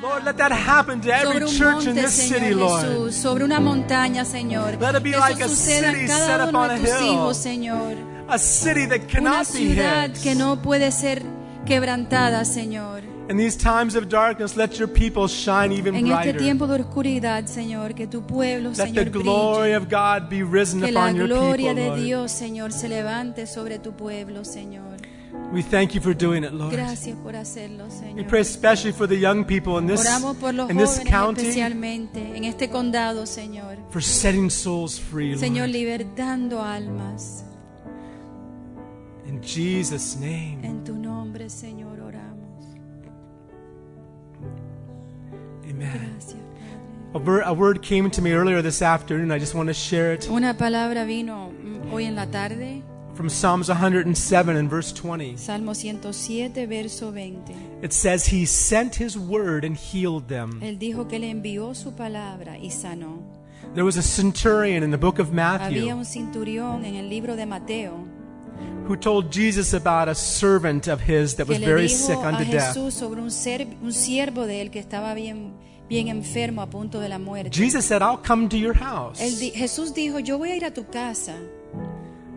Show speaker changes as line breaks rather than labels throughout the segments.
Lord, let that happen to every
sobre un
church in
monte,
this
Señor
city, Lord.
Jesús, sobre una montaña, Señor.
Let it be
que eso
like a
suceda
city
en cada
set
uno
upon a
de tus
hill.
hijos, Señor.
A city that
Una
cannot be
ciudad
hid.
que no puede ser quebrantada, Señor.
In these times of darkness, let your people shine even
En este
brighter.
tiempo de oscuridad, Señor, que tu pueblo,
Let the
Señor, brille.
glory of God be risen
Que la
upon your
gloria
people,
de
Lord.
Dios, Señor, se levante sobre tu pueblo, Señor.
We thank you for doing it, Lord.
Gracias por hacerlo,
We
Señor.
pray especially for the young people in this,
Oramos por los
in this
jóvenes
county
especialmente, en este condado, Señor.
for setting souls free,
Señor,
Lord.
libertando almas.
In Jesus' name,
En tu nombre, Señor, oramos.
amen.
Gracias, Padre.
A word, a word came to me earlier this afternoon. I just want to share it
Una palabra vino mm, hoy en la tarde,
from Psalms 107 and verse 20.
Salmo 107, verso 20.
It says, He sent His word and healed them.
Él dijo que le envió su palabra y sanó.
There was a centurion in the book of
Había
Matthew
un centurión en el libro de Mateo
who told Jesus about a servant of his that
que
was
le
very sick
dijo a
unto death.
Jesús sobre un, ser, un siervo de él que estaba bien, bien enfermo a punto de la muerte.
Jesus said, I'll come to your house.
Él di- Jesús dijo, yo voy a ir a tu casa.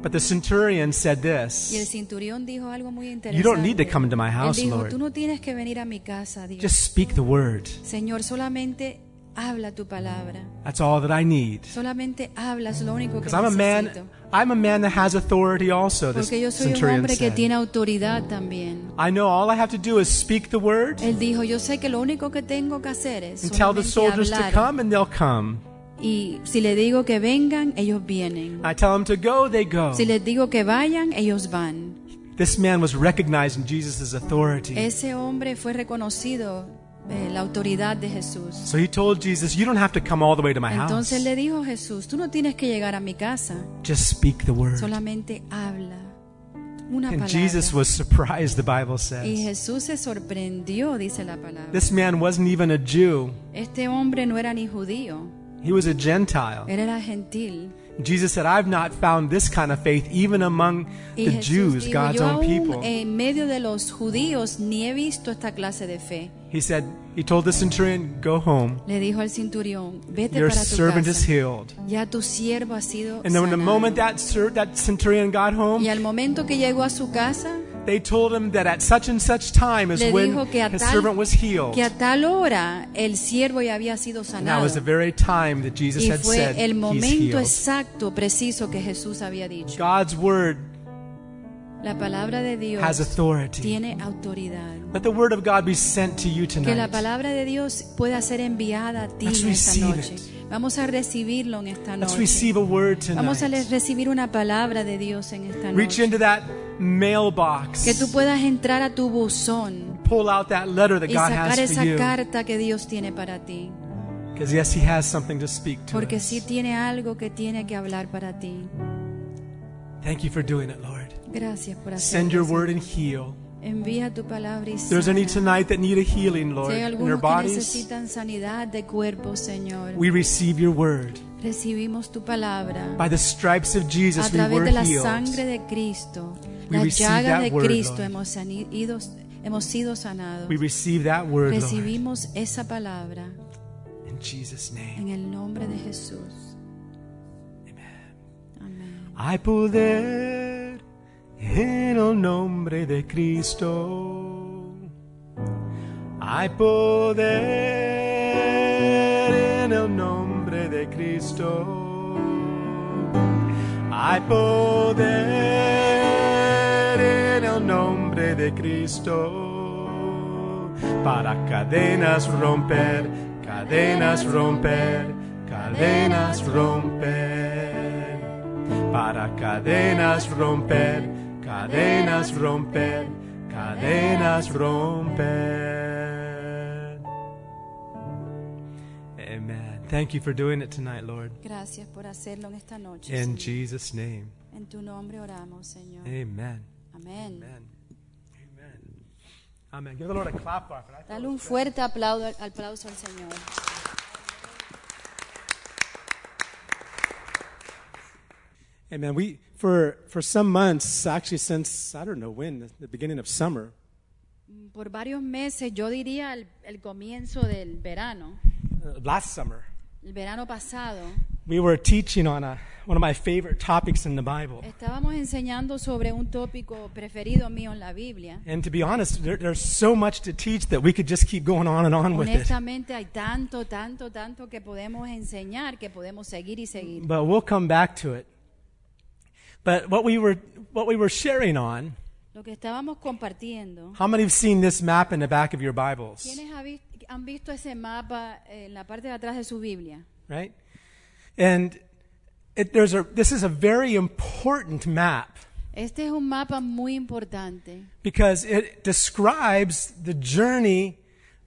But the centurion said
Y el
this
centurión dijo algo muy interesante.
You don't need to come to my house,
Él dijo,
Lord.
tú no tienes que venir a mi casa, Dios.
Just speak the word.
Señor, solamente habla tu palabra.
That's all that I need.
Solamente hablas lo único que
Because I'm a
necesito.
man I'm a man that has authority also, this
Porque yo soy un
centurion
hombre que
said.
tiene autoridad también.
I know all I have to do is speak the word
Él dijo, yo sé que lo único que tengo que hacer es
and tell the
solamente
soldiers to
hablar.
come and they'll come.
Y si le digo que vengan, ellos vienen.
I tell them to go, they go.
Si les digo que vayan, ellos van.
This man was recognizing Jesus' authority.
Ese hombre fue reconocido eh, la autoridad de Jesús.
So he told Jesus, You don't have to come all the way to my house.
Entonces le dijo Jesús, tú no tienes que llegar a mi casa,
Just speak the word.
solamente habla una
And
palabra.
Jesus was surprised, the Bible
Y
says.
Jesús se sorprendió, dice la palabra.
This man wasn't even a Jew,
Este hombre no era ni judío,
he was a Gentile.
él era gentil.
Jesus said, I've not found this kind of faith even among
Y
the
Jesús
Jews,
dijo,
God's
yo
own
aún eh,
people.
en medio de los judíos ni he visto esta clase de fe.
He said, He told the centurion, Go home.
Le dijo al centurión, vete
Your
para tu
servant is
casa.
healed.
Ya tu siervo ha sido
And then when the
sanado".
moment that, ser- that centurion got
Y
home,
al momento que llegó a su casa,
they told him that at such and such time is
le
when
dijo que a,
his
tal,
servant was healed.
que a tal hora el siervo ya había sido
And that
sanado.
was the very time that Jesus
Y
had said,
fue el
He's
momento
healed.
exacto, preciso que Jesús había dicho.
God's word
La palabra de
has
Dios
authority.
tiene autoridad.
Let the word of God be sent to you
Que la
tonight.
palabra de Dios pueda ser enviada a ti
Let's
en esta
receive
noche.
it.
Vamos a recibirlo en esta
Let's
noche.
receive a word
Vamos a le-
tonight.
recibir una palabra de Dios en esta
Reach
noche.
into that mailbox.
Que tú puedas entrar a tu buzón
pull out that letter that
y
God
sacar
has
esa
for you.
carta que Dios tiene para ti.
Because yes, He has something to speak to
Porque
us.
sí tiene algo que tiene que hablar para ti.
Thank you for doing it, Lord.
Gracias por
Send your
hacerlo.
word and heal.
Envía tu palabra y
If there's any
sana.
tonight that need a healing,
Si
Lord,
hay
in their
algunos que
bodies,
necesitan sanidad de cuerpo, Señor,
we receive your word.
recibimos tu palabra.
By the stripes of
a
Jesus, we
través
were
de la
healed.
sangre de Cristo,
We
la
receive
llaga
that
de
word,
Cristo
Lord.
hemos, sani- ido- hemos sido sanados.
We receive that word, Lord.
Recibimos esa palabra
In Jesus' name.
en el nombre de Jesús. Amén.
Hay poder en el nombre de Cristo. Hay poder en el nombre de Cristo. Hay poder en el nombre de Cristo. Para cadenas romper, cadenas romper, cadenas romper. Para cadenas romper, cadenas romper, cadenas romper. Amen. Thank you for doing it tonight, Lord.
Gracias por hacerlo en esta noche.
In
Señor.
Jesus' name.
En tu nombre oramos, Señor.
Amen. Amen.
Amén.
Amen. Amen. Give the Lord a clap offering. I
Dale un fuerte aplauso, aplauso al Señor.
Amen. We for for some months, actually since I don't know when, the beginning of summer,
por varios meses, yo diría el, el comienzo del verano,
Uh, last summer,
el verano pasado,
we were teaching on a, one of my favorite topics in the Bible.
estábamos enseñando sobre un tópico preferido mío en la Biblia.
And to be honest, there, there's so much to teach that we could just keep going on and on with it.
Honestamente hay tanto, tanto, tanto que podemos enseñar, que podemos seguir y seguir.
But we'll come back to it. But what we were, what we were sharing on,
Lo que estábamos compartiendo,
how many have seen this map in the back of your Bibles?
¿quiénes ha vis- han visto ese mapa eh, en la parte de atrás de su Biblia?
Right? And it, there's a, this is a very important map
Este es un mapa muy importante
because it describes the journey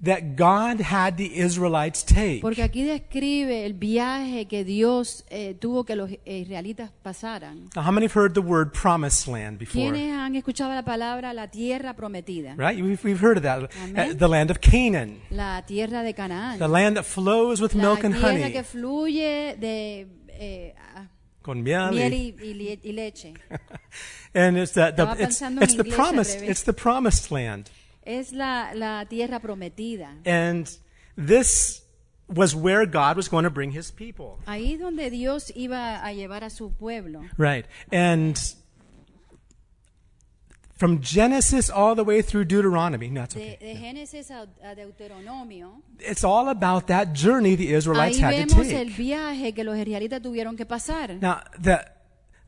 that God had the Israelites take.
porque aquí describe el viaje que Dios eh, tuvo que los israelitas pasaran.
Now, how many have heard the word promised land before?
¿Quiénes han escuchado la palabra la tierra prometida?
Right? We've, we've heard of that.
Amen.
Uh, The land of Canaan.
La tierra de Canaán.
The land that flows with
La
milk and
tierra que
honey.
fluye de eh, ah,
Con miel
miel
y-
y, y le- y leche.
And it's that the,
Estaba
it's,
pensando en
it's the
inglés al
promised
revés.
it's the promised land.
Es la, la tierra prometida.
And this was where God was going to bring his people.
Ahí es donde Dios iba a llevar a su pueblo.
Right. And from Genesis all the way through Deuteronomy, no, it's
De,
okay.
de Génesis a, a Deuteronomio,
It's all about that journey the Israelites
ahí
had to
vemos el
take.
viaje que los israelitas tuvieron que pasar.
Now, the,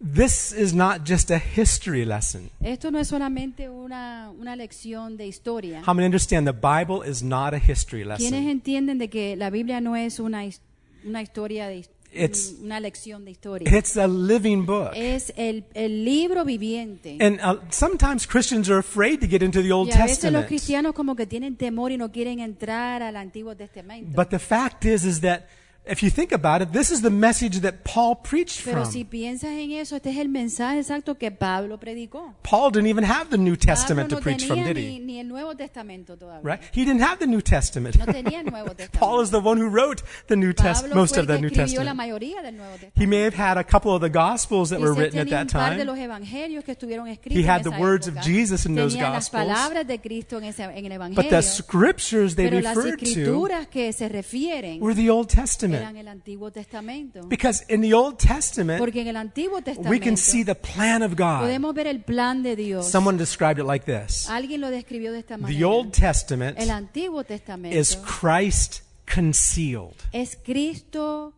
this is not just a history lesson.
Esto no es solamente una, una lección de historia.
How many understand the Bible is not a history
¿Quiénes
lesson?
entienden de que la Biblia no es una, his- una historia de his-
It's-
una lección de historia?
It's a living book.
Es el, el libro viviente.
And uh, sometimes Christians are afraid to get into the Old
Y a veces
Testament.
los cristianos como que tienen temor y no quieren entrar al Antiguo Testamento.
But the fact is, is that if you think about it, this is the message that Paul preached
Pero si
from.
piensas en eso, este es el mensaje exacto que Pablo predicó.
Paul didn't even have the New
Pablo
Testament
no
to preach from,
tenía
did
ni,
he?
ni el Nuevo Testamento todavía.
Right? He didn't have the New Testament.
No tenía el Nuevo Testamento.
Paul is the one who wrote the New Test,
Pablo
most
fue
of the
el que
New
escribió la
Testament.
mayoría del Nuevo Testamento.
He may have had a couple of the Gospels that were
Quizás
written at
tenía un
that
par de los
time.
evangelios que estuvieron escritos
had
en
the
esa
words
época.
of Jesus in those
Tenía las
Gospels.
palabras de Cristo en, ese, en el
But the
evangelio.
scriptures they
Pero las
referred to
escrituras que se refieren
were the Old
eran
Testament.
el Antiguo Testamento.
Because in the Old Testament,
Porque en el Antiguo
we can see
Testamento
the plan of God.
podemos ver el plan de Dios.
Someone described it like this
Alguien lo describió de esta
The
manera.
Old Testament
el Antiguo
is
Testamento
Christ concealed.
es Cristo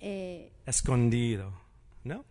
eh,
Escondido. ¿No?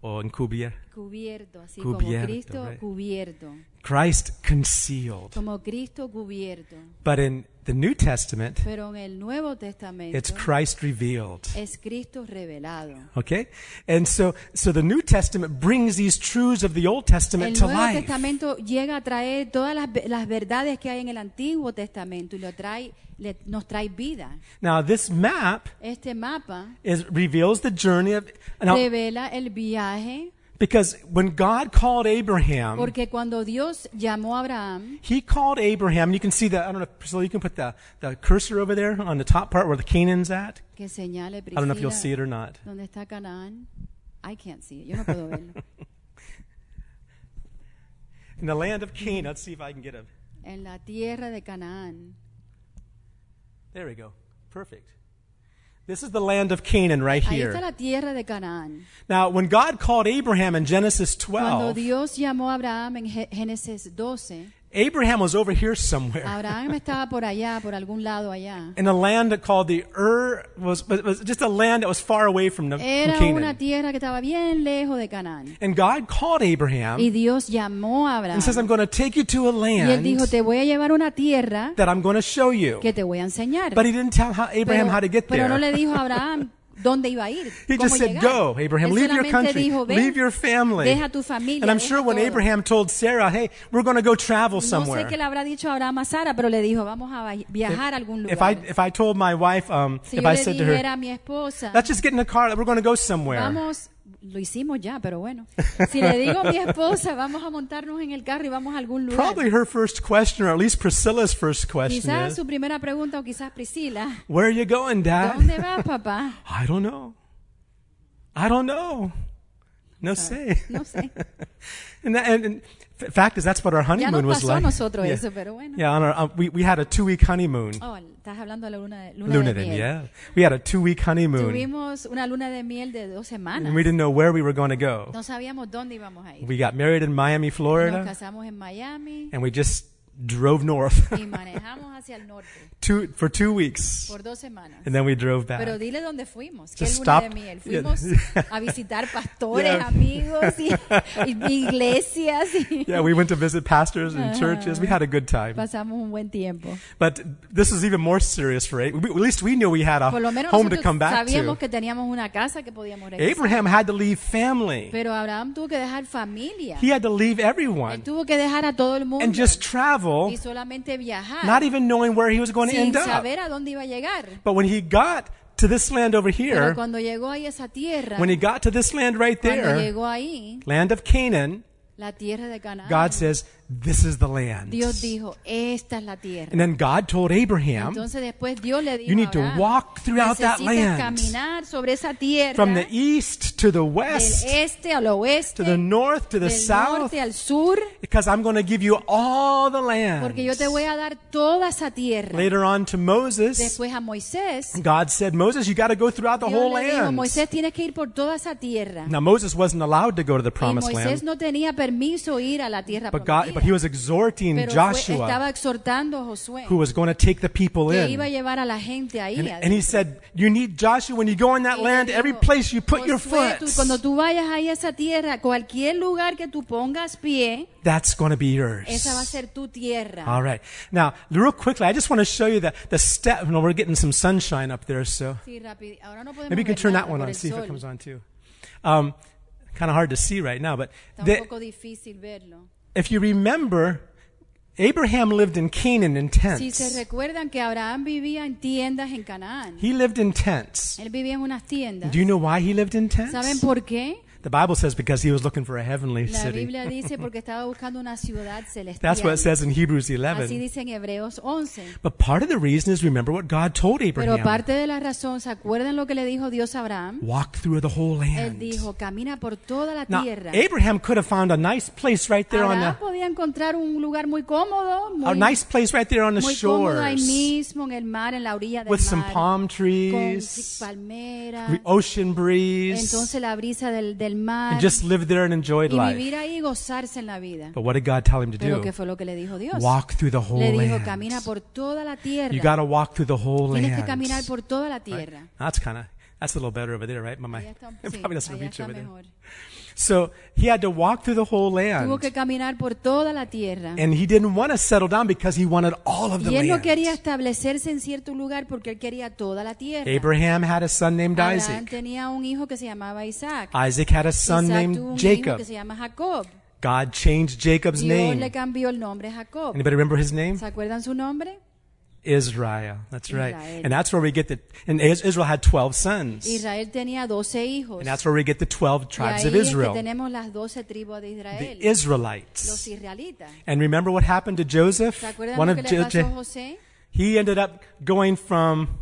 O encubierto.
cubierto, así como
Cubierto,
Cristo
right.
cubierto,
Christ concealed.
como Cristo cubierto.
But in the New Testament,
Pero en el Nuevo Testamento
it's Christ revealed.
es Cristo revelado.
Okay? And so, so the New Testament brings these truths of the Old Testament
El
to
Nuevo
life.
Testamento llega a traer todas las, ve- las verdades que hay en el Antiguo Testamento y lo trae, le- nos trae vida.
Now, this map
Este mapa
is, reveals the journey of. Now,
revela el viaje
because when God called Abraham,
porque cuando Dios llamó a Abraham,
He called Abraham. You can see the, I don't know, if Priscilla, you can put the, the cursor over there on the top part where the Canaan's at.
que señale
I don't know if you'll see it
Priscila,
or not.
¿dónde está Canaán? I can't see it. Yo no puedo verlo.
In the land of Canaan, let's see if I can get a.
En la tierra de Canaán.
There we go. Perfect. This is the land of Canaan right
Ahí está
here.
la tierra de Canaán.
Now, when God called Abraham in Genesis
Cuando
12,
Dios llamó a Abraham en Gé- Génesis 12,
Abraham was over here somewhere
Abraham estaba por allá, por algún lado allá.
in a land that called the Ur was, was, was just a land that was far away from, the, from
Era una
Canaan.
tierra que estaba bien lejos de Canaán.
And God called Abraham
Y Dios llamó a Abraham.
and says, "I'm going to take you to a
Y él dijo,
land
te voy a llevar a una tierra
that I'm going to show you."
que te voy a enseñar.
But he didn't tell how Abraham
pero,
how to get
pero no le
there.
dijo a Abraham dónde iba a ir.
He
cómo
just said,
llegar.
"Go, Abraham,
Él
leave your
solamente
country,
dijo, "Ven,
leave your family."
Deja tu familia.
And I'm
deja
sure when
todo".
Abraham told Sarah, "Hey, we're going to go travel
no sé
somewhere,"
qué le habrá dicho Abraham a Sara, pero le dijo, vamos a va- viajar a algún lugar.
if I if I told my wife, um,
si
if
yo
I
le
said to her,
dijera a mi esposa,
"Let's just get in the car, we're going to go somewhere,"
vamos, lo hicimos ya, pero bueno. Si le digo a mi esposa, vamos a montarnos en el carro y vamos a algún lugar.
probably her first question, or at least Priscilla's first question
Quizás
is, Ah.
su primera pregunta o quizás Priscila,
"Where are you going, Dad?"
¿dónde vas, papá?
I don't know. I don't know. No sé.
No sé.
And, that, and, and f- fact is, that's what our honeymoon
Ya nos
was
pasó a
like.
nosotros
yeah.
eso, pero bueno.
Yeah, on our, uh, we, we had a two week honeymoon.
Oh, estás hablando de la luna de, luna
Luna
de
then,
miel.
yeah. We had a two week honeymoon.
Tuvimos una luna de miel de dos semanas.
And we didn't know where we were going to go.
No sabíamos dónde íbamos a ir.
We got married in Miami,
Nos
Florida,
casamos en Miami
and we just drove north
y manejamos hacia el norte
two, for two weeks.
por dos semanas.
And then we drove back.
Pero dile dónde fuimos. ¿Qué
Just
luna de
stopped.
miel?
Yeah.
Fuimos a visitar pastores,
Yeah.
amigos y, y iglesias. y-
yeah, we went to visit pastors and churches. We had a good time.
Pasamos un buen tiempo.
But this is even more serious for Abraham. At least we knew we had a
Por lo menos
Oh, home to
nosotros
come back
sabíamos
to.
que teníamos una casa que podíamos regresar.
Abraham had to leave family.
Pero Abraham tuvo que dejar familia.
He had to leave
Él
everyone
tuvo que dejar a todo el mundo
and just travel,
y solamente viajar
not even knowing where he was going to
sin
end up.
saber a dónde iba a llegar.
But when he got to this land over
Pero
here,
cuando llegó ahí a esa tierra,
when he got to this land right
cuando
there,
llegó ahí,
land of Canaan,
la tierra de Canaán,
God says, This is the land.
Ah. Dios dijo, esta es la tierra.
And then God told Abraham,
Entonces después Dios le dijo,
You need to
a Abraham,
walk throughout that
necesitas
land.
caminar sobre esa tierra
From the east to the
del
west,
este al oeste,
to the north, to the
del
south,
norte al sur,
because I'm going to give you all the land.
porque yo te voy a dar toda esa tierra.
Later on to Moses,
Después a Moisés,
God said, Moses, you got to go throughout the whole
Dios le dijo,
land.
Moisés tienes que ir por toda esa tierra.
Now Moses wasn't allowed to go to the
Y
promised
Moisés
land,
no tenía permiso ir a la tierra
but God,
prometida.
but he was exhorting
pero fue- estaba
Joshua,
exhortando a Josué
who was going to take the people
que iba a
in.
llevar a la gente ahí.
And, and
adentro.
he said, You need Joshua when you go in
Y
that
le
land,
dijo,
every place you put your foot,
"Josué, tú- cuando tú vayas ahí a esa tierra, cualquier lugar que tú pongas pie,
that's going to be
esa va a
yours.
ser tu tierra.
All right. Now, real quickly, I just want to show you the, the step. No, we're getting some sunshine up there, so
Sí, rápido. Ahora no podemos
maybe you can
ver
turn
nada
that one
por
on,
el
see if it
sol.
comes on too. Um, kind of hard to see right now, but
Está un
the,
poco difícil verlo.
if you remember, Abraham lived in Canaan in
Si se
tents.
recuerdan que Abraham vivía en tiendas en Canaán.
He lived in tents.
Él vivía en unas tiendas.
Do you know why he lived in
¿Saben
tents?
por qué?
The Bible says because he was looking for a heavenly
La
city.
Biblia dice porque estaba buscando una ciudad celestial.
That's what it says in Hebrews
Así
11.
dice en Hebreos 11.
But part of the reason is remember what God told
Pero
Abraham.
parte de la razón, ¿se acuerdan lo que le dijo Dios a Abraham?
Walk through the whole
Él
land.
dijo, camina por toda la
Now,
tierra.
Abraham could have found a nice place right there on
Abraham
the
podía encontrar un lugar muy cómodo, muy,
a nice place right there on the
muy cómodo ahí
shores
mismo en el mar, en la orilla del
with some
mar,
palm
con
trees,
palmeras,
re- ocean breeze,
entonces la brisa del, del
and
mar,
just live there and enjoy
y
life.
vivir ahí y gozarse en la vida.
But what did God tell him to
Pero
do?
¿qué fue lo que le dijo Dios?
Walk through the whole
Le dijo, camina
land.
por toda la tierra.
You got to walk through the whole
Tienes que caminar
land.
por toda la tierra.
That's kind of that's a little better over there, right? My
Allá
mic
está, sí,
probably doesn't
allá
reach
está
over there.
mejor.
So he had to walk through the whole
Tuvo
land,
que caminar por toda la tierra.
and he didn't want to settle down because he wanted all of the
Y él no quería
land.
establecerse en cierto lugar porque él quería toda la tierra.
Abraham had a son named
Abraham
Isaac.
tenía un hijo que se llamaba Isaac.
Isaac had a son
Isaac tuvo un
named
hijo
Jacob.
que se llama Jacob.
God changed Jacob's
Dios le
name.
cambió el nombre a Jacob.
Anybody remember his name?
¿Se acuerdan su nombre?
Israel. That's right.
Israel.
And that's where we get the and Is- Israel had 12 sons.
Israel tenía 12 hijos.
And that's where we get the 12
Y ahí
tribes of
es que
Israel.
tenemos las 12 tribus de Israel,
The
los
Israelites.
israelitas.
And remember what happened to Joseph?
¿Se acuerdan
One
lo
of
que le
Jo-
pasó a
Jo-
José?
he ended up going from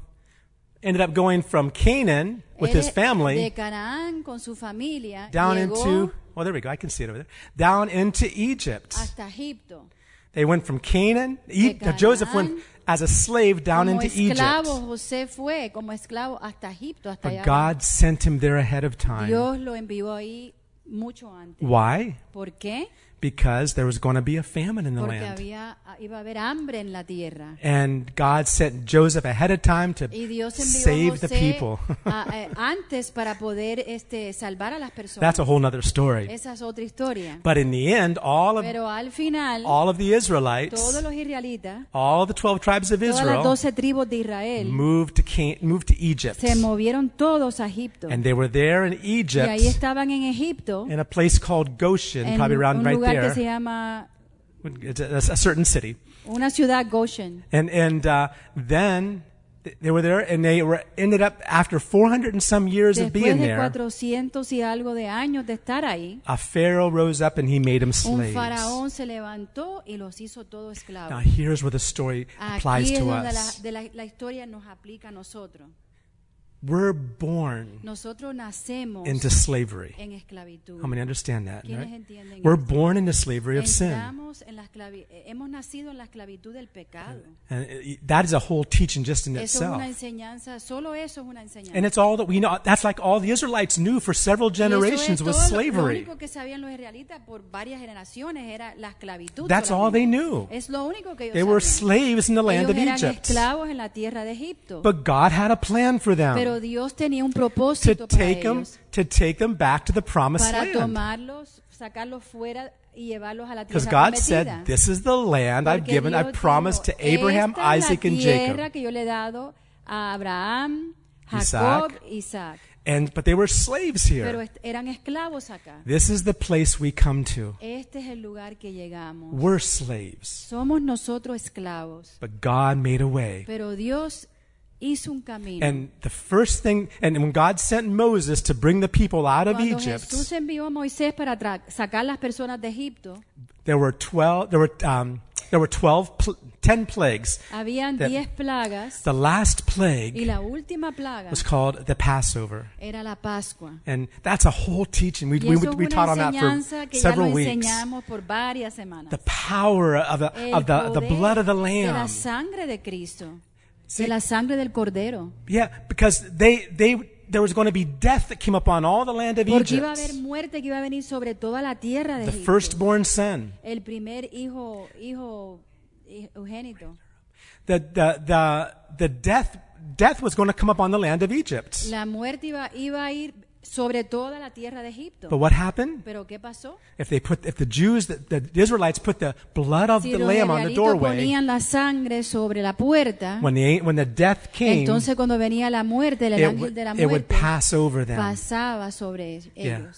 ended up going from Canaan with
Él
his
de
family
Canaán con su familia
down
llegó
into well there we go I can see it over there down into Egypt.
hasta Egipto.
They went from Canaan. E-
De
Joseph went
Canaán.
as a slave down
como
into
esclavo,
Egypt.
José fue como esclavo hasta Egipto, hasta
But
allá.
God sent him there ahead of time.
Dios lo envió ahí mucho antes.
Why?
¿Por qué?
Because there was going to be a famine in the
Porque
land.
había, ah, iba a haber hambre en la tierra.
And God sent Joseph ahead of time to
Y Dios envió
save
a
the
José
people.
a- eh, antes para poder este, salvar a las personas.
That's a whole nother story.
Esa es otra historia.
But in the end, all of
Pero al final,
all of the Israelites,
todos los israelitas,
all the 12 tribes of
todas las
Israel Mm.
12 tribus de Israel,
moved to Can- moved to Egypt.
se movieron todos a Egipto.
And they were there in
Y ahí
Egypt
estaban en Egipto,
in a place called Goshen,
en
probably around
un
right
lugar que se
there.
llama
It's a, a certain city.
Una ciudad Goshen.
And and uh, then th- they were there, and they were ended up after 400 and some years of
Después
being
de
there.
400 y algo de años de estar ahí,
A pharaoh rose up and he made him
un
slaves.
faraón se levantó y los hizo todos
Now
esclavos.
here's where the story applies
Aquí es
to
donde la,
us.
de la, la historia nos aplica a nosotros.
We're born
Nosotros nacemos
into slavery.
en esclavitud.
How many understand that?
¿Quiénes
right?
entienden
We're
esto?
born into slavery of sin.
Entramos en la esclavi- eh, hemos nacido en la esclavitud del pecado.
And it- that is a whole teaching just in
Eso es
itself.
una enseñanza, solo eso es una
And
enseñanza.
it's all that we know. That's like all the Israelites knew for several
Y eso es
generations was
todo lo- Lo
slavery.
único que sabían los israelitas por varias generaciones era la esclavitud.
That's all they
solamente.
knew.
Es lo único que ellos
They were
sabían.
slaves in the land
Ellos
of
eran
Egypt.
esclavos en la tierra de Egipto.
But God had a plan for
pero
them
Dios tenía un
to
propósito para
take them
ellos.
to take them back to the promised
Para
land.
tomarlos, sacarlos fuera y llevarlos a la
Because
tierra
God
prometida.
said, "This is the land I've
Porque
given.
Dios
I've promised to
dijo,
Abraham,
"Esta es
Isaac, and
la tierra
Jacob."
que yo le he dado a Abraham, Jacob,
Isaac.
Isaac. Isaac.
And but they were slaves
Pero
here.
est- eran esclavos acá.
This is the place we come to.
Este es el lugar que llegamos.
We're slaves,
Somos nosotros esclavos,
but God made a way.
pero Dios hizo un camino.
And the first thing, and when God sent Moses to bring the people out of
Cuando
Egypt,
Jesús envió a Moisés para tra- sacar las personas de Egipto,
there were twelve. There were um, there were twelve, pl- ten plagues.
habían
That-
diez plagas
The last
y
plague
la última plaga
was called the Passover.
era la Pascua.
And that's a whole teaching. We,
Y
we,
eso
we
es
taught on
una
that
enseñanza
for
que ya lo
several weeks.
enseñamos por varias semanas.
The power of the,
El
of the, the
poder
blood of the
de la
Lamb.
sangre de Cristo,
See,
de la sangre del Cordero.
yeah, because they, they, there was going to be death that came upon all the land of
Porque iba a haber
Egypt.
muerte que iba a venir sobre toda la tierra de
The
Egipto.
firstborn son.
El primer hijo, hijo hij- eugénito.
The, the, the, the death, death was going to come upon the land of Egypt.
La muerte iba, iba a ir sobre toda la tierra de Egipto.
But what happened?
Pero ¿qué pasó?
If they put, if the Jews, the, the Israelites put the blood of
Si
the
los
lamb on the
israelitos
doorway,
ponían la sangre sobre la puerta,
when the, when the death came,
entonces cuando venía la muerte, el
it,
ángel
would-
de la
it would
muerte,
pass over them.
pasaba sobre ellos.
Yeah.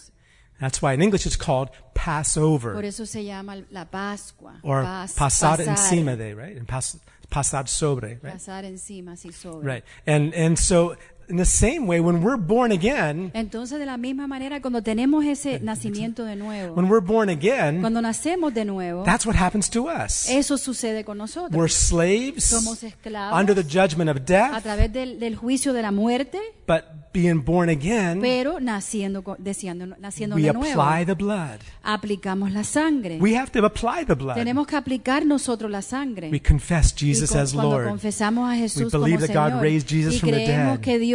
That's why in English it's called Passover
Por eso se llama la Pascua.
or
Pas-
pasar
pasar,
encima de, right? And pas, pasar sobre, right?
pasar encima, sí, sobre.
Right. And, and so in the same way, when we're born again,
Entonces, de la misma manera, cuando tenemos ese nacimiento de nuevo,
when we're born again,
cuando Eh, nacemos de nuevo,
that's what happens to us.
eso sucede con nosotros.
We're slaves
Somos esclavos.
under the judgment of
a
death,
través del, del juicio de la muerte,
but being born again,
pero naciendo, co- deseando, naciendo
we
de nuevo.
apply the blood.
Aplicamos la sangre.
We have to apply the blood.
Tenemos que aplicar nosotros la sangre.
We confess
Y
Jesus
con-
as
cuando
Lord.
confesamos a Jesús como
believe that God
Señor
raised Jesus
y
from the
creemos
dead.
que Dios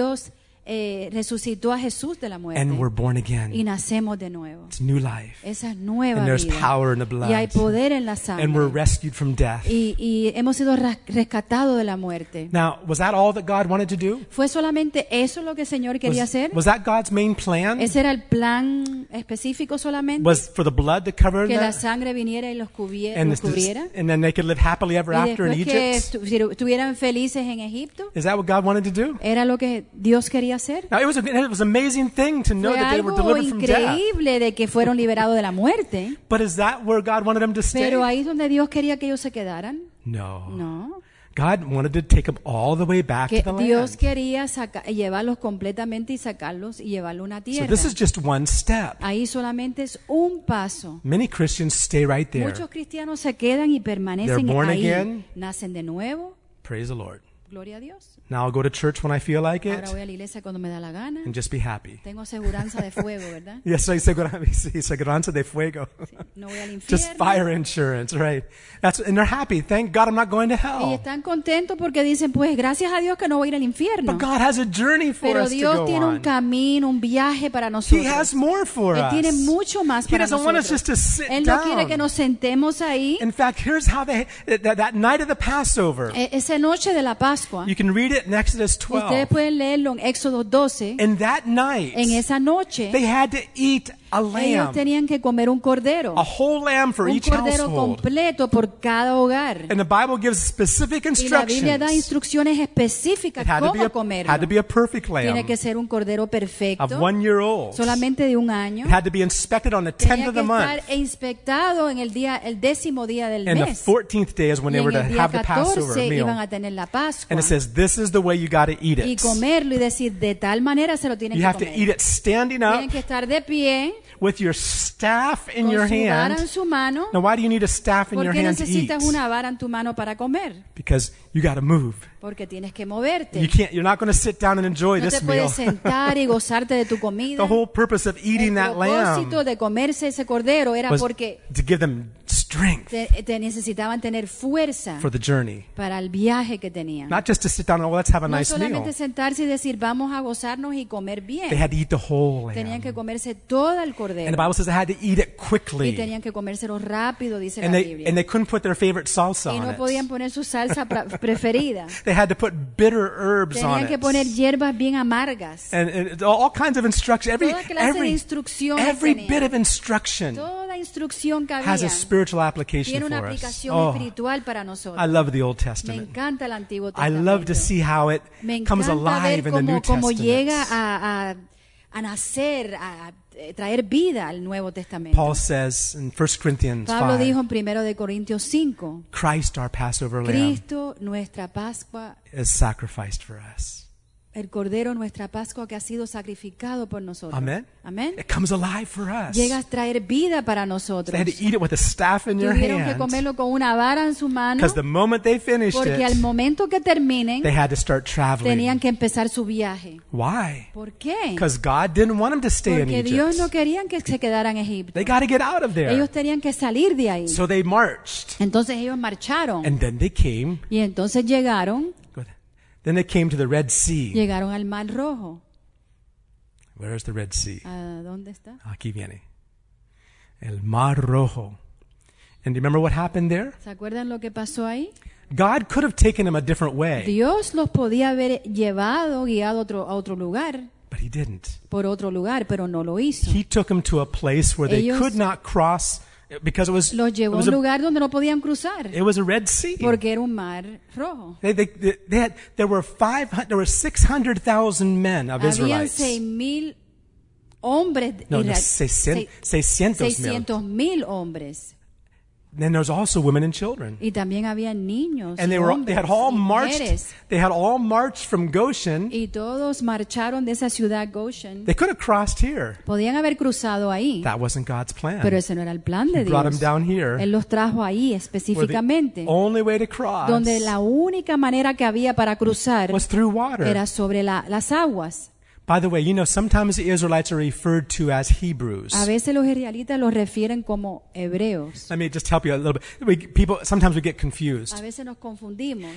eh, resucitó a Jesús de la muerte
And we're born
y
again.
nacemos de nuevo.
It's new life.
Esa es nueva
And there's
vida.
power in the blood.
Y hay poder en la
And we're
sangre.
rescued from death.
Y, y hemos sido ras- rescatados de la muerte.
Now, was that all that God wanted to do?
¿Fue solamente eso lo que el Señor quería
Was,
hacer?
was that God's main plan?
¿Ese era el plan específico solamente?
Was for the blood to cover
que la
that?
sangre viniera y los, cubie-
And,
los
this-
cubriera.
and then they could live happily ever
Y
after in
después que
Egypt?
estu- si estuvieran felices en Egipto.
Is that what God wanted to do?
¿Era lo que Dios quería hacer?
Now, it was, a, it was an amazing thing to know
Fue
that they were
algo
delivered from death.
increíble de que fueron liberados de la muerte.
But is that where God wanted them to stay?
Pero ahí es donde Dios quería que ellos se quedaran.
no.
No.
God wanted to take them all the way back
Que
to the
Dios
land.
quería saca- llevarlos completamente y sacarlos y llevarlos a una
So
tierra.
this is just one step.
Ahí solamente es un paso.
Many Christians stay right there.
Muchos cristianos se quedan y permanecen
They're born
ahí.
again.
Nacen de nuevo.
Praise the Lord.
Gloria a Dios.
Now I'll go to church when I feel like it
Ahora voy a la iglesia cuando me da la gana.
and just be happy.
Tengo aseguranza de fuego, ¿verdad?
Yes, soy segura- sí, seguranza de fuego.
No voy al
Just
infierno.
fire insurance, right? That's and they're happy. Thank God I'm not going to
Y
hell.
están contentos porque dicen, pues gracias a Dios que no voy a ir al infierno.
But God has a journey for
Pero
us to
Dios
go
tiene un
on.
camino, un viaje para
He has
nosotros.
more for
Él
us.
tiene mucho más
He
para
doesn't want us
nosotros.
just to sit
Él no quiere
down.
que nos sentemos ahí.
In fact, here's how they that, that night of the Passover.
E- Esa noche de la Pascua,
You can read it in Exodus 12.
ustedes pueden leerlo en Éxodo 12.
And that night,
En esa noche,
they had to eat a
ellos
lamb,
tenían que comer un cordero.
a whole lamb for
Un
each
cordero
household.
completo por cada hogar.
And the Bible gives specific
Y la Biblia da
instructions.
instrucciones específicas
It had to be
cómo
a, had to
comerlo.
be a perfect
Tiene
lamb
que ser un cordero
of
perfecto,
one year old.
solamente de un año.
It had to be inspected on the 10th
Tenía
of
que
the
estar
month.
inspectado en el día, el décimo día del
And the
mes.
14th day is when
Y
they were
en
to
el día
have the Passover
14 iban
meal.
a tener la Pascua
And it says, this is the way you got to eat
y
it.
comerlo y decir de tal manera se lo tienen
You have
que
to eat
comer.
it standing up.
Tienen que estar de pie
with your staff in
con
your
su vara en
hand.
su mano.
Now, why do you need a staff in
¿Por
your
qué
hand to eat?
necesitas una vara en tu mano para comer?
Because you got to move.
Porque tienes que moverte.
You can't. You're not going to sit down and enjoy
No te
this
puedes
meal.
sentar y gozarte de tu
the
comida.
whole purpose of eating
El
that lamb
propósito de comerse ese cordero era
was
porque
to give them strength
te, te necesitaban tener fuerza
for the journey,
para el viaje que tenían.
not just to sit down and oh, let's have a
No
nice
solamente
meal.
sentarse y decir vamos a gozarnos y comer
They
bien.
had to eat the whole lamb,
Tenían que comerse todo el
and the
cordero
Bible says they had to eat it
y
quickly,
tenían que comérselo rápido, dice la
and they and
Biblia.
they couldn't put their favorite salsa
Y
on
no podían
it.
poner su salsa pra- preferida.
They had to put bitter herbs on
Tenían que
it,
poner hierbas bien amargas.
and, and all kinds of instruction. Every
Toda clase de
every
instrucciones
every
tenían.
bit of instruction
Toda instrucción que
has
había
a spiritual application
tiene una
for us.
aplicación
Oh,
espiritual para
I
nosotros.
love the Old
Me
Testament.
encanta el Antiguo
I
Testamento.
love to see how it
Me
comes
encanta
alive
ver
in the New
cómo, cómo llega
Testament.
a, a- a nacer, a, a, eh, traer vida al Nuevo Testamento.
Paul says in 1 Corinthians
Pablo
5,
dijo en primero de Corintios 5,
Christ our Passover lamb
Cristo, nuestra Pascua,
is sacrificed for us.
el Cordero, nuestra Pascua que ha sido sacrificado por nosotros.
Amen.
Amén.
It comes alive for us.
Llega a
They
traer vida para nosotros.
had to eat it with a staff in your
Tuvieron que
hand
comerlo con una vara en su mano,
because the moment they finished
porque al
it,
momento que terminen,
they had to start
tenían
traveling.
que empezar su viaje.
Why?
¿Por qué?
Because God didn't want them to stay in
Porque Dios no
Egypt.
querían que se quedaran en Egipto.
They got to get out of there.
Ellos tenían que salir de ahí.
So they marched
Entonces ellos marcharon.
and then they came.
Y entonces llegaron,
go ahead. Then they came to the Red Sea.
llegaron al Mar Rojo.
Where is the Red Sea? Ah,
¿A dónde está?
Aquí viene. El Mar Rojo. And do you remember what happened there?
¿Se acuerdan lo que pasó ahí?
God could have taken him a different way,
Dios los podía haber llevado, guiado a otro, a otro lugar,
but he didn't.
por otro lugar, pero no lo hizo.
He took him to a place where they
Ellos-
could not cross because it was,
Los
it
llevó a
was,
un
a,
lugar donde no podían cruzar,
it was a Red Sea.
porque era un mar rojo.
They, they, they, they had, there were five, hun- there were 600,000 men of
Habían
Israelites.
seis mil hombres.
No, no,
israel-
seiscien-
seis-
600,000.
600 mil hombres.
Then there's also women and children.
Y también había niños.
And
y
they were, they
hombres,
had all
y
marched,
mujeres.
they had all marched from Goshen.
Y todos marcharon de esa ciudad Goshen.
They could have crossed here.
Podían haber cruzado ahí,
That wasn't God's plan.
pero ese no era el plan
He
de
brought him
Dios.
down here
Él los trajo ahí
where the
específicamente,
only way to cross
donde la única manera que había para cruzar
was through water.
era sobre la- las aguas.
By the way, you know, sometimes the Israelites are referred to as
A
Hebrews.
veces los israelitas los refieren como hebreos.
Let me just help you a little bit. We, people, sometimes we get
A
confused.
veces nos confundimos.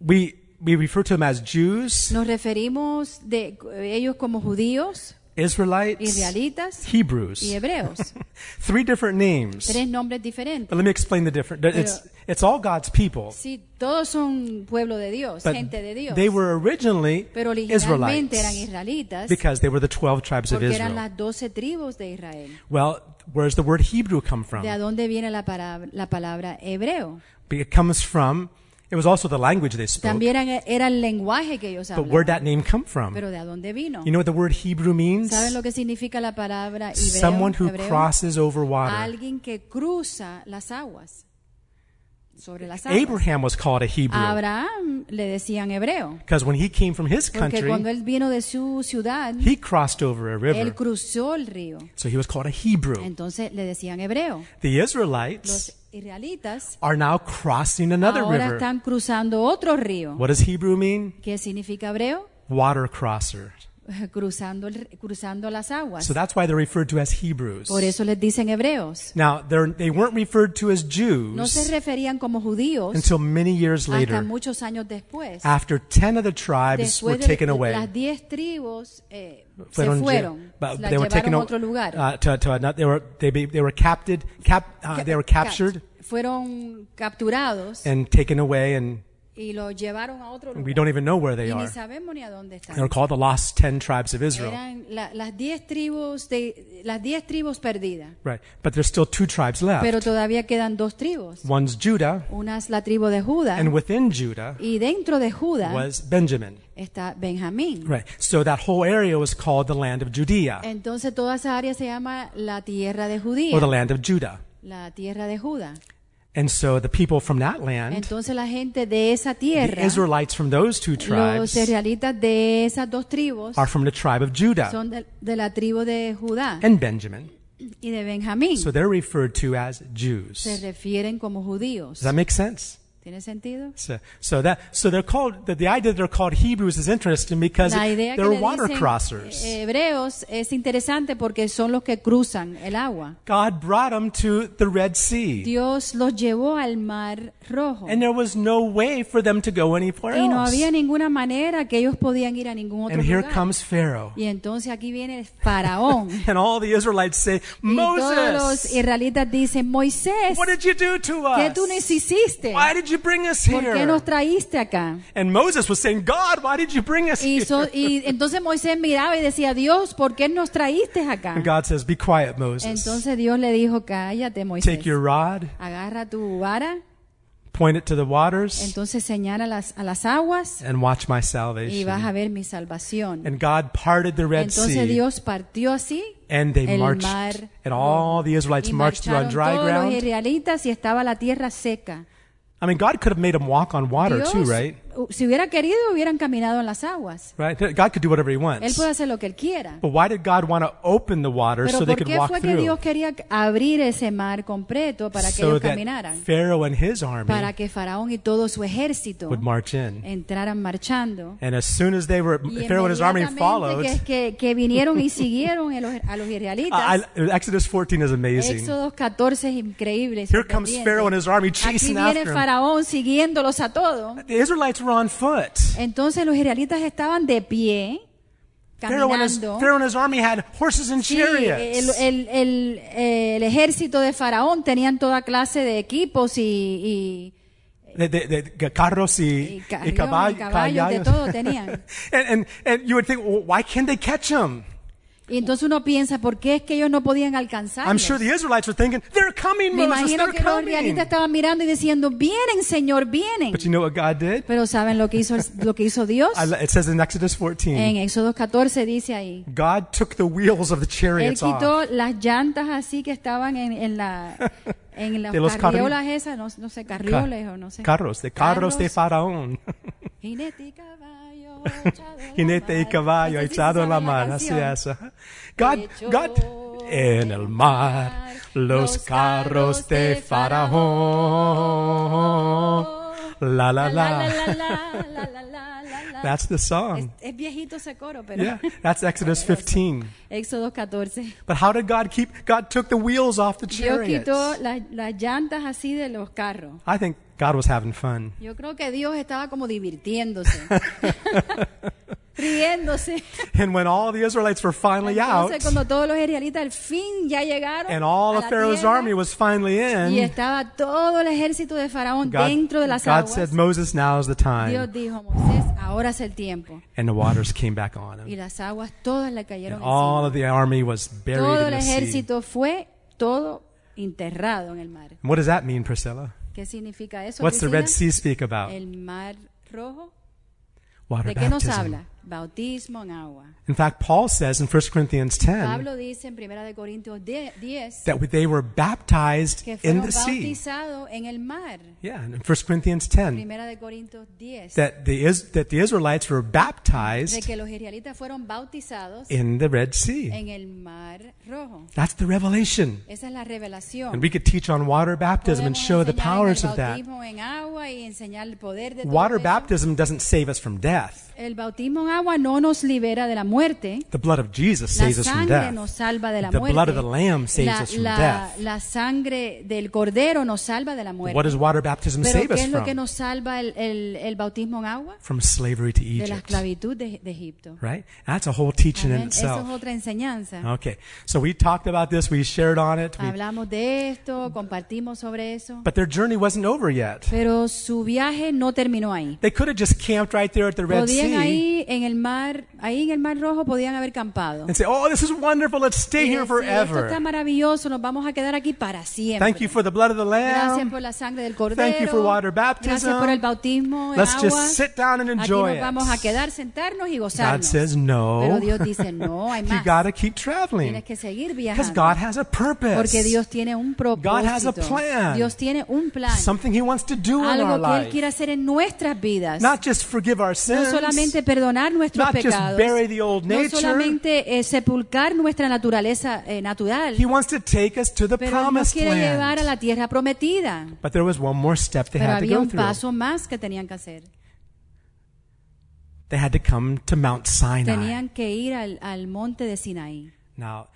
We, we refer to them as Jews,
Nos referimos de ellos como judíos,
Israelites,
israelitas y
Hebrews.
hebreos.
Three different names.
Tres nombres diferentes.
But let me explain the difference. It's, it's all God's people.
Sí, todos son pueblo de Dios,
But
gente de Dios.
they were originally
pero originalmente eran
Israelites
israelitas
because they were the 12 tribes of
porque eran
Israel.
las doce tribus de Israel.
Well, where's the word Hebrew come from?
¿De a dónde viene la palabra, la palabra hebreo?
It comes from, it was also the language they spoke.
También era, era el lenguaje que ellos
But where'd
hablaban.
that name come from?
Pero ¿de a dónde vino?
You know what the word Hebrew means?
¿Saben lo que significa la palabra hebreo?
Someone who
hebreo?
crosses over water.
Alguien que cruza las aguas. Sobre las aguas.
Abraham was called a
A
Hebrew
Abraham le decían hebreo.
because when he came from his
Porque cuando
country,
él vino de su ciudad,
he crossed over a
él
river.
cruzó el río.
So he was called a Hebrew.
Entonces le decían hebreo.
The Israelites
Los israelitas
are now crossing another
ahora
river.
están cruzando otro río.
What does Hebrew mean?
¿Qué significa hebreo?
Water crosser.
Cruzando, el- cruzando las aguas.
So that's why they're referred to as Hebrews.
Por eso les dicen hebreos.
Now, they're, they weren't referred to as
No se
Jews
referían como judíos
until many years
hasta
later,
muchos años después.
after 10 of the tribes were
Después de
taken away.
las diez tribus eh, se
fueron lle-
fueron,
but they
las
were
llevaron
taken
a
o-
otro lugar.
uh, to, to another, they were they, be, they were captured cap, uh,
Ca-
they were
ca-
captured
fueron capturados
and taken away and
y los llevaron a otro
we
lugar.
don't even know where they
Y ni
are.
sabemos ni a dónde están.
They were called the lost 10 tribes of Israel.
Eran la- las diez tribus de las diez tribus perdidas,
Right. But there's still two tribes left.
pero todavía quedan dos tribus.
One's Judah
Una es la tribu de Judá
and within Judah
y dentro de Judá
was Benjamin.
está Benjamín.
Right. So that whole area was called the land of Judea
Entonces toda esa área se llama la tierra de
or the
Judía,
land of Judah.
la tierra de Judá.
And so the people from that land,
Entonces la gente de esa
the
tierra,
Israelites from those two
los
tribes,
israelitas de esas dos tribus,
are from the tribe of Judah
son de, de la tribu de Judá
and Benjamin.
y de Benjamín.
So they're referred to as
se
Jews.
refieren como judíos.
Does that make sense?
¿Tiene sentido?
So, so that so they're called the, the idea that they're called Hebrews is interesting because
La idea que
they're
le
water
dicen
crossers.
eh, hebreos es interesante porque son los que cruzan el agua.
God brought them to the Red Sea,
Dios los llevó al mar rojo
and there was no way for them to go anywhere
y no
else.
había ninguna manera que ellos podían ir a ningún otro
And here
lugar.
comes Pharaoh,
Y entonces aquí viene el faraón.
and all the Israelites say,
y todos los
"Moses,
israelitas dicen, Moisés,
what did you do to
¿qué tú nos
us?
hiciste?
Why did you bring us
¿Por qué
here?"
nos traíste acá?
And Moses was saying, "God, why did you bring us
Y,
here?"
so- y entonces Moisés miraba y decía, Dios, ¿por qué nos traíste acá?
And God says, "Be quiet, Moses.
Entonces Dios le dijo, cállate, Moisés.
Take your rod,
Agarra tu vara,
point it to the waters,
entonces señala las, a las aguas
and watch my
y
salvation."
vas a ver mi salvación.
And God parted the Red
Entonces
Sea,
Dios partió así
and they
el
marched,
mar
and all the Israelites
y
marched through on
marcharon
dry
todos los
ground.
israelitas y estaba la tierra seca.
I mean, God could have made them walk on water
Dios,
too, right?
u- si hubiera querido, hubieran caminado en las aguas.
Right? God could do whatever He
Él
wants.
puede hacer lo que él quiera.
But why did God want to open the water
Pero
so they
¿por
could
qué
walk
fue que
through?
Dios quería abrir ese mar completo para que
So
ellos
that
caminaran?
Pharaoh and his army
Para que Faraón y todo su ejército
would march in.
entraran marchando.
And as soon as they were,
Y
Pharaoh and his army
inmediatamente
followed.
que, que, que vinieron y siguieron a los, a los
I,
israelitas.
I- Exodus 14 is amazing.
Éxodo 14 es increíble.
Here comes
sorprendente.
Pharaoh and his army
Aquí
chasing
viene
after him.
Faraón siguiéndolos a todos.
The Israelites were on foot.
Entonces los israelitas estaban de pie,
Pharaoh and, his,
caminando.
Pharaoh and his army had horses and
Sí, eh, el,
chariots.
el- el- eh, el ejército de Faraón tenían toda clase de equipos y,
De, de, de, de carros y,
Y carrión,
y caball-
y caballos,
caballos.
de todo tenían.
and, and, and you would think, well, why can't they catch him?
y- y entonces uno piensa, ¿por qué es que ellos no podían alcanzar?
I'm sure the Israelites were thinking, they're coming,
Me
Moses,
imagino
they're
que los israelitas
coming.
estaban mirando y diciendo, vienen, Señor, vienen.
But you know what God did?
Pero ¿saben lo que hizo, lo que hizo Dios?
I, lo- it says in Exodus 14,
En Éxodo 14 dice ahí.
God took the wheels of the
Él
chariots off.
quitó las llantas así que estaban en, en la en las
De los
carriolas esas, no, no sé,
Ca-
carrioles o no sé.
Carros, de carros de Faraón.
Jinete y caballo,
Jinete y caballo echado en la mar. Así es. ajá. God, God, en el mar, los carros de Faraón. La la
Oh, La, la,
la.
la, la, la, la, la, la, la.
That's the
Es,
song.
es viejito ese coro, pero
Yeah, that's Exodus 15.
Éxodo 14.
But how did God keep? God took the wheels off the
Dios quitó
chariots.
las, las llantas así de los carros.
I think God was having fun.
Yo creo que Dios estaba como divirtiéndose, riéndose.
And when all the Israelites were finally out,
Entonces, cuando todos los israelitas al fin ya llegaron
and all
a
of
la
Pharaoh's
tierra,
army was finally
y
in,
estaba todo el ejército de Faraón
God,
dentro de las
God
aguas,
said, Moses, now's the
Dios
time.
dijo, Moisés, ahora es el tiempo.
And the waters came back on
Y
him.
las aguas todas le cayeron
And all of the
encima.
army was buried in
Todo el
the sea.
ejército fue todo enterrado en el mar.
And what does that mean, Priscilla?
¿Qué significa eso?
What's the
Priscila?
Red Sea speak about?
El mar rojo.
Water
¿De qué nos
baptism.
habla? Bautismo en agua.
In fact, Paul says in 1 Corinthians 10
Pablo dice en 1 de Corintios 10 10
that they were baptized
que
in
fueron
the sea.
bautizados en el mar.
Yeah, and in 1 Corinthians 10
Primera de Corintios 10
that the Is- that the Israelites were
de
baptized
que los israelitas fueron bautizados
in the Red Sea.
en el mar rojo.
That's the revelation.
Esa es la
And
revelación.
we could teach on water baptism and
Podemos
show the
enseñar en el
powers of that.
bautismo en agua y enseñar el poder de todo
Water
eso.
baptism doesn't save us from death.
El bautismo en agua no nos libera de la muerte.
The blood of Jesus
La
saves us from
sangre
death.
nos salva de la
The
muerte.
blood of the Lamb saves
la,
us from
la-
death.
la sangre del cordero nos salva de la
What
muerte.
does water baptism
Pero
save
¿qué
us
es lo que
from?
nos salva el, el- el bautismo en agua?
From slavery to
De la
Egypt.
esclavitud de, de Egipto.
Right? That's a whole teaching in
Amén. Eso es
itself.
otra enseñanza.
Okay. So we talked about this, we shared on it, we,
Hablamos de esto, compartimos sobre eso.
but their journey wasn't over yet.
Pero su viaje no terminó ahí.
They could have just camped right there at the Red
Podían
Sea
ahí en el mar, Ahí en el Mar Rojo podían haber campado.
and say, oh, this is wonderful. Let's stay
Y
here
decir, Esto está
forever.
maravilloso, nos vamos a quedar aquí para siempre.
Thank you for the blood of the
Gracias
Lamb.
por la sangre del cordero.
Thank you for water baptism.
Gracias por el bautismo en
Let's
agua.
just sit down and
Aquí
enjoy
nos
it.
vamos a quedar, sentarnos y
God
gozarnos.
says, no.
Pero Dios dice, no, hay
You
más.
got to keep traveling
Tienes que seguir
because
viajando.
God has a purpose.
porque Dios tiene un propósito.
God has a plan.
Dios tiene un plan.
Something He wants to do in our
algo que Él
life.
quiere hacer en nuestras vidas.
Not just forgive our
no
sins.
solamente perdonar nuestros
Not just
pecados.
bury the old
no
nature.
solamente eh, sepulcar nuestra naturaleza eh, natural.
He wants to take us to the
pero Él nos
promised
quiere llevar a
land.
la tierra prometida.
But there was one more step they
Pero
had to
había
go
un
through.
paso más que tenían que hacer.
They had to come to Mount Sinai.
Tenían que ir al, al monte de Sinaí.
Now,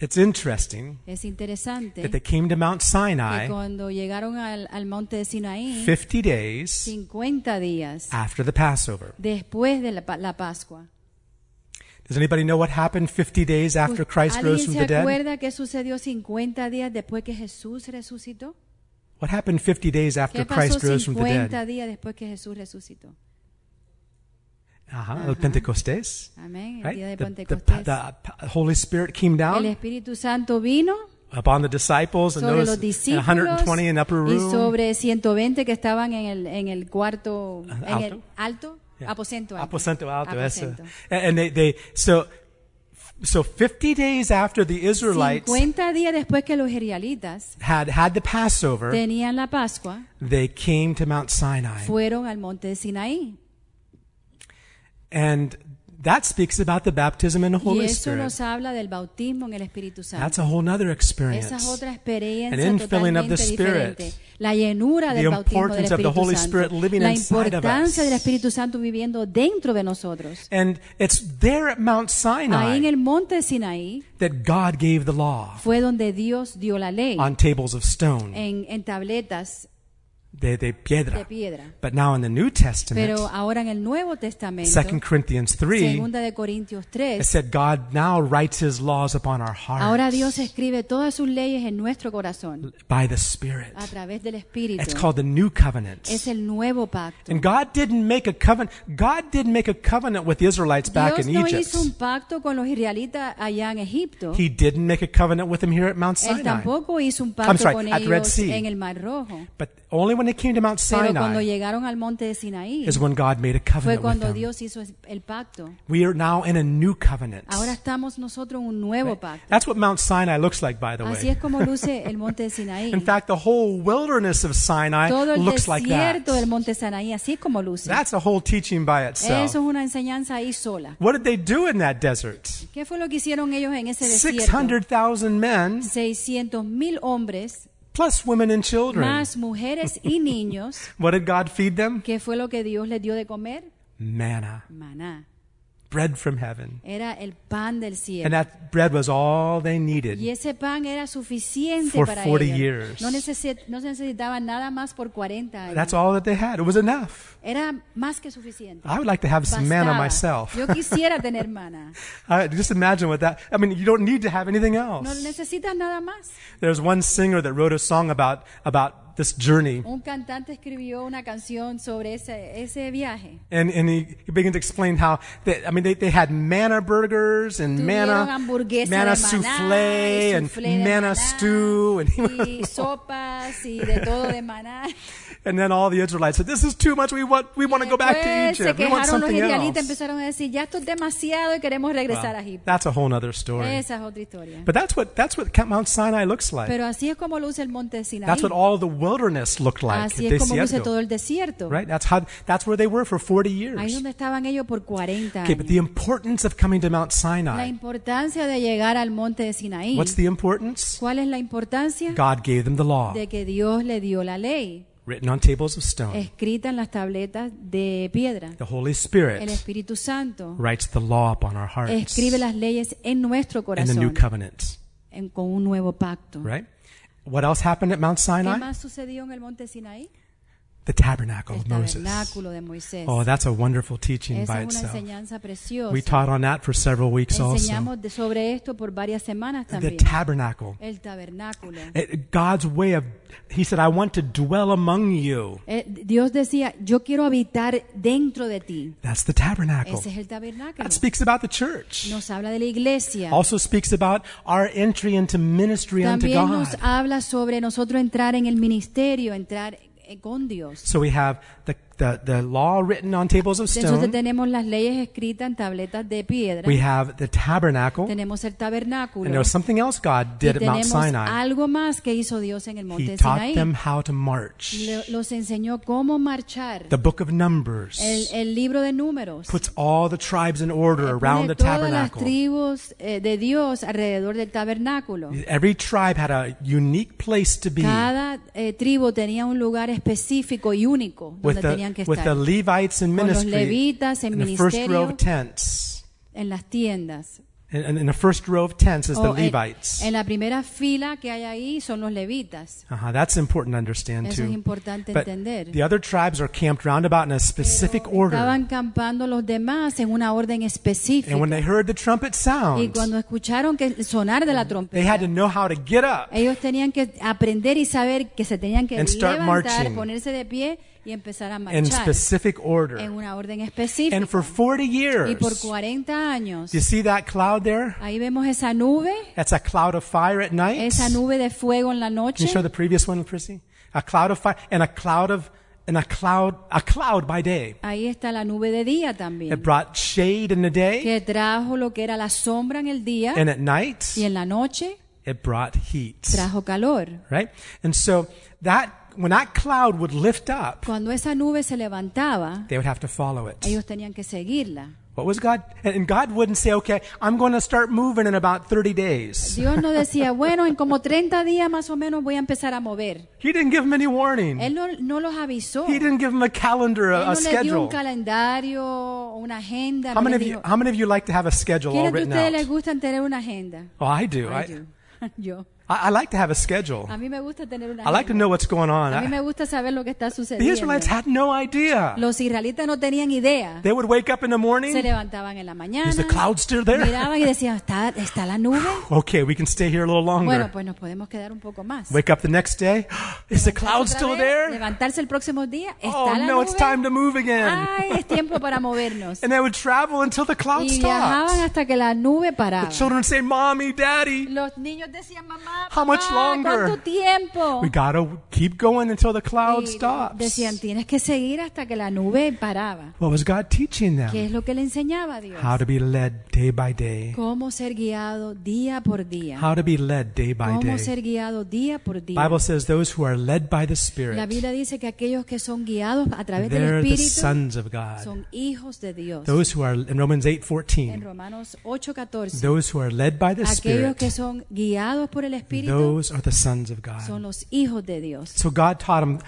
it's interesting
Es interesante
that they came to Mount
que
Sinai
cuando llegaron al, al monte de Sinaí,
50 days
50 días
after the Passover.
después de la, pa- la Pascua.
Does anybody know what happened 50 days after Christ
Pues, ¿Alguien
rose from
se
the dead?
acuerda qué sucedió 50 días después que Jesús resucitó?
What happened 50 days after
¿Qué pasó
Christ rose from the dead?
50 días después que Jesús resucitó?
Uh-huh, el Pentecostes.
Amén. El
Right?
día de
The, the,
Pentecostés.
the p- Holy Spirit came
El
down
Espíritu Santo vino
upon the disciples and
sobre
those
los
and
discípulos
120 in upper
y
room.
sobre 120 que estaban en el, en el cuarto, en el
Alto.
alto,
Yeah.
aposento alto.
Aposento ah, alto, eso.
Aposento.
And and they, they so so 50 days after the Israelites
50 días después que los israelitas
had had the Passover,
tenían la Pascua,
they came to Mount Sinai.
fueron al monte de Sinaí.
And that speaks about the baptism in the
Y
Holy
eso
Spirit.
nos habla del bautismo en el Espíritu Santo.
That's a whole nother
Esa es
experience.
otra
An
experiencia
infilling of the
totalmente
Spirit.
diferente. La llenura
The
del bautismo del
importance of the Holy
Espíritu
Spirit
Santo.
living
La
inside of us.
importancia del Espíritu Santo viviendo dentro de nosotros.
And it's there at Mount
Ahí en
Sinai
el monte de Sinaí
that God gave the law
fue donde Dios dio la ley
on tables of stone,
en, en tabletas
de, de
de
piedra.
piedra.
But now in the New
Pero
Testament,
ahora en el Nuevo Testamento,
2 Corinthians 3,
segunda de Corintios
It
3,
said God now writes his laws upon our hearts
ahora Dios escribe todas sus leyes en nuestro corazón
by the Spirit.
a través del Espíritu.
It's called the new covenant.
Es el nuevo pacto.
And God didn't make a covenant. God didn't make a covenant with the Israelites back
Dios
in
no
Egypt.
hizo un pacto con los israelitas allá en Egipto.
He didn't make a covenant with them here at Mount
Él
Sinai.
tampoco hizo un
I'm
pacto
sorry,
con
at Red
ellos
Sea.
en el Mar Rojo.
But only when they came to Mount
Pero cuando
Sinai
llegaron al monte de Sinaí
is when God made a
fue
covenant with
cuando
them.
Dios hizo es- el pacto.
We are now in a new covenant.
Ahora estamos nosotros en un nuevo pacto.
That's what Mount Sinai looks like, by the
Así
way.
es como luce el monte de Sinaí.
In fact, the whole wilderness of Sinai
Todo el
looks like that.
desierto del monte Sinaí, así es como luce.
That's a whole teaching by
Eso
itself.
es una enseñanza ahí sola.
What did they do in that desert?
¿Qué fue lo que hicieron ellos en ese desierto?
600,000 men,
600 mil hombres,
plus women and children.
más mujeres y niños.
What did God feed them?
¿Qué fue lo que Dios les dio de comer?
Manna,
Maná.
bread from heaven.
Era el pan del cielo.
And that bread was all they needed.
Y ese pan era suficiente
For
para
40
ellos.
years.
No, necesi- no se necesitaba nada más por 40 años.
That's all that they had. It was enough.
Era más que suficiente.
I would like to have some manna
Bastaba.
myself.
Yo quisiera tener mana.
I, just imagine what that. I mean, you don't need to have anything
No
else.
necesitas nada más.
There's one singer that wrote a song about about this journey,
Un cantante escribió una canción sobre ese, ese viaje.
and and he, he begins to explain how. They, I mean, they, they had manna burgers and
Tuvieron
manna
hamburguesa
manna
de maná,
souffle
y
and
soufflé de
manna
maná,
stew, and he was
y sopas y de todo de maná.
And then all the Israelites said, "This is too much. We want, we want to go back to
Después se
Egypt. We want
quejaron los
something
israelitas,
else."
empezaron a decir, ya esto es demasiado y queremos regresar a
Well,
Egipto.
that's a whole other story.
Esa es otra historia.
But that's what that's what Mount Sinai looks like.
Pero así es como luce el monte de Sinaí.
That's what all the wilderness looked like.
Así es como luce
Desierto,
todo el desierto.
right? That's how. That's where they were for forty
Ahí
years.
donde estaban ellos por 40
Okay, but
años.
the importance of coming to Mount
La
Sinai.
importancia de llegar al monte de Sinaí.
What's the importance?
¿Cuál es la importancia?
God gave them the law
De que Dios le dio la ley,
written on tables of stone.
escrita en las tabletas de piedra.
The Holy
El
Spirit
Espíritu Santo
writes the law upon our hearts
escribe
in
las leyes en nuestro
the new
corazón
covenant.
en- con un nuevo pacto.
Right? What else happened at Mount
¿Qué
Sinai?
más sucedió en el monte Sinaí?
the tabernacle
el
of Moses.
tabernáculo de Moisés.
Oh, that's a wonderful teaching
Esa
by
es una
itself.
enseñanza preciosa.
We taught on that for several weeks also.
Enseñamos de- sobre esto por varias semanas
The Eh,
también.
tabernacle.
El tabernáculo.
It- God's way of, He said, I want to dwell among you.
Eh, Dios decía, yo quiero habitar dentro de ti.
That's the tabernacle.
Ese es el tabernáculo.
That speaks about the church.
Nos habla de la iglesia.
Also speaks about our entry into ministry unto
También nos
God.
habla sobre nosotros entrar en el ministerio, entrar eh, con Dios.
So we have the, the, the law written on tables of
Entonces
stone.
tenemos las leyes escritas en tabletas de piedra.
We have the tabernacle.
Tenemos el
And
tabernáculo.
there was something else God
Y
did at Mount
tenemos
Sinai.
algo más que hizo Dios en el
He
monte
taught
Sinaí.
them how to march.
Le- los enseñó cómo marchar.
The book of Numbers
El, el libro de números.
puts all the tribes in order around the
Pone todas las
tabernacle.
tribus eh, de Dios alrededor del tabernáculo.
Every tribe had a unique place to be.
Cada eh, tribu tenía un lugar específico y único donde
with the,
tenían que
with the
estar.
Levites in
Con los
ministry,
levitas en
in the first row of
ministerio.
tents.
En las tiendas.
And, and in the first row of tents is the
O Oh, en,
Levites.
en la primera fila que hay ahí son los levitas.
Uh-huh, that's important to understand
Eso
too.
es importante
but
entender.
the other tribes are camped round about in a specific order.
Estaban campando los demás en una
and
orden
when
específica.
they heard the trumpet
Y
sound,
cuando escucharon que el sonar de la
they had
trompeta,
to know how to get up.
ellos tenían que aprender y saber que se tenían que
And start
levantar,
marching.
ponerse de pie y empezar a
in
marchar
specific order.
en una orden específica.
and for 40 years,
y por 40 años,
do you see that cloud there?
ahí vemos esa nube,
That's a cloud of fire at night.
esa nube de fuego en la
Can
noche,
you show the previous one, Chrissy? A cloud of fire and a cloud of and a cloud a cloud by day.
ahí está la nube de día
It
también,
brought shade in the day,
que trajo lo que era la sombra en el día
and at night
y en la noche
it brought heat.
trajo calor.
Right? And so that when that cloud would lift up,
Cuando esa nube se levantaba,
they would have to follow it.
ellos tenían que seguirla.
What was God? And and God wouldn't say, "Okay, I'm going to start moving in about 30 days."
Dios no decía, bueno, en como 30 días más o menos voy a empezar a mover.
He didn't give them any warning.
Él no, no los avisó.
He
Él
didn't give them a calendar, a,
no
a
les dio
schedule.
un calendario, una agenda.
How
no
many
les
of you?
dijo,
How many of you like to have a schedule all
¿Quiénes de
written
ustedes les
out?
gustan tener una agenda?
Oh, I do.
I
I,
do. Yo.
I, I like to have a schedule.
A mí me gusta tener una
I like to
agenda.
know what's going on.
Ah, A mí
I-
me gusta saber lo que está
the
sucediendo.
Israelites had no idea.
Los israelitas no tenían idea.
They would wake up in the
Se
morning.
levantaban en la mañana,
Is the cloud still there?
miraban y decían, ¿está, está la nube?
Okay, we can stay here a little
Bueno,
longer.
pues nos podemos quedar un poco más.
Wake up the next day. Is the cloud
Otra
still
vez,
there?
Levantarse el próximo día, está
Oh
la
no,
nube. Ah,
it's time to move again.
Ay, es tiempo para movernos.
And they would travel until the cloud
Y viajaban
stopped.
hasta que la nube
The
paraba.
children would say, "Mommy, Daddy,
Los niños decían, mamá,
How much
papá,
longer?"
¿cuánto tiempo?
we gotta keep going until the cloud
Y
stops."
decían, tienes que seguir hasta que la nube paraba.
What was God teaching them?
¿Qué es lo que le enseñaba a Dios?
How to be led day by day.
Cómo ser guiado día por día.
How to be led day by
Cómo
day.
ser guiado día por día.
Bible says those who are led by the
La
Spirit,
Biblia dice que aquellos que son guiados a través del
they're the
Espíritu
sons of God.
son hijos de Dios.
Those who are in Romans
En
8:14,
Romanos 8:14,
those who are led by the
aquellos que
Spirit,
son guiados por el Espíritu
those are the sons of God.
son los hijos de Dios.
So God taught him.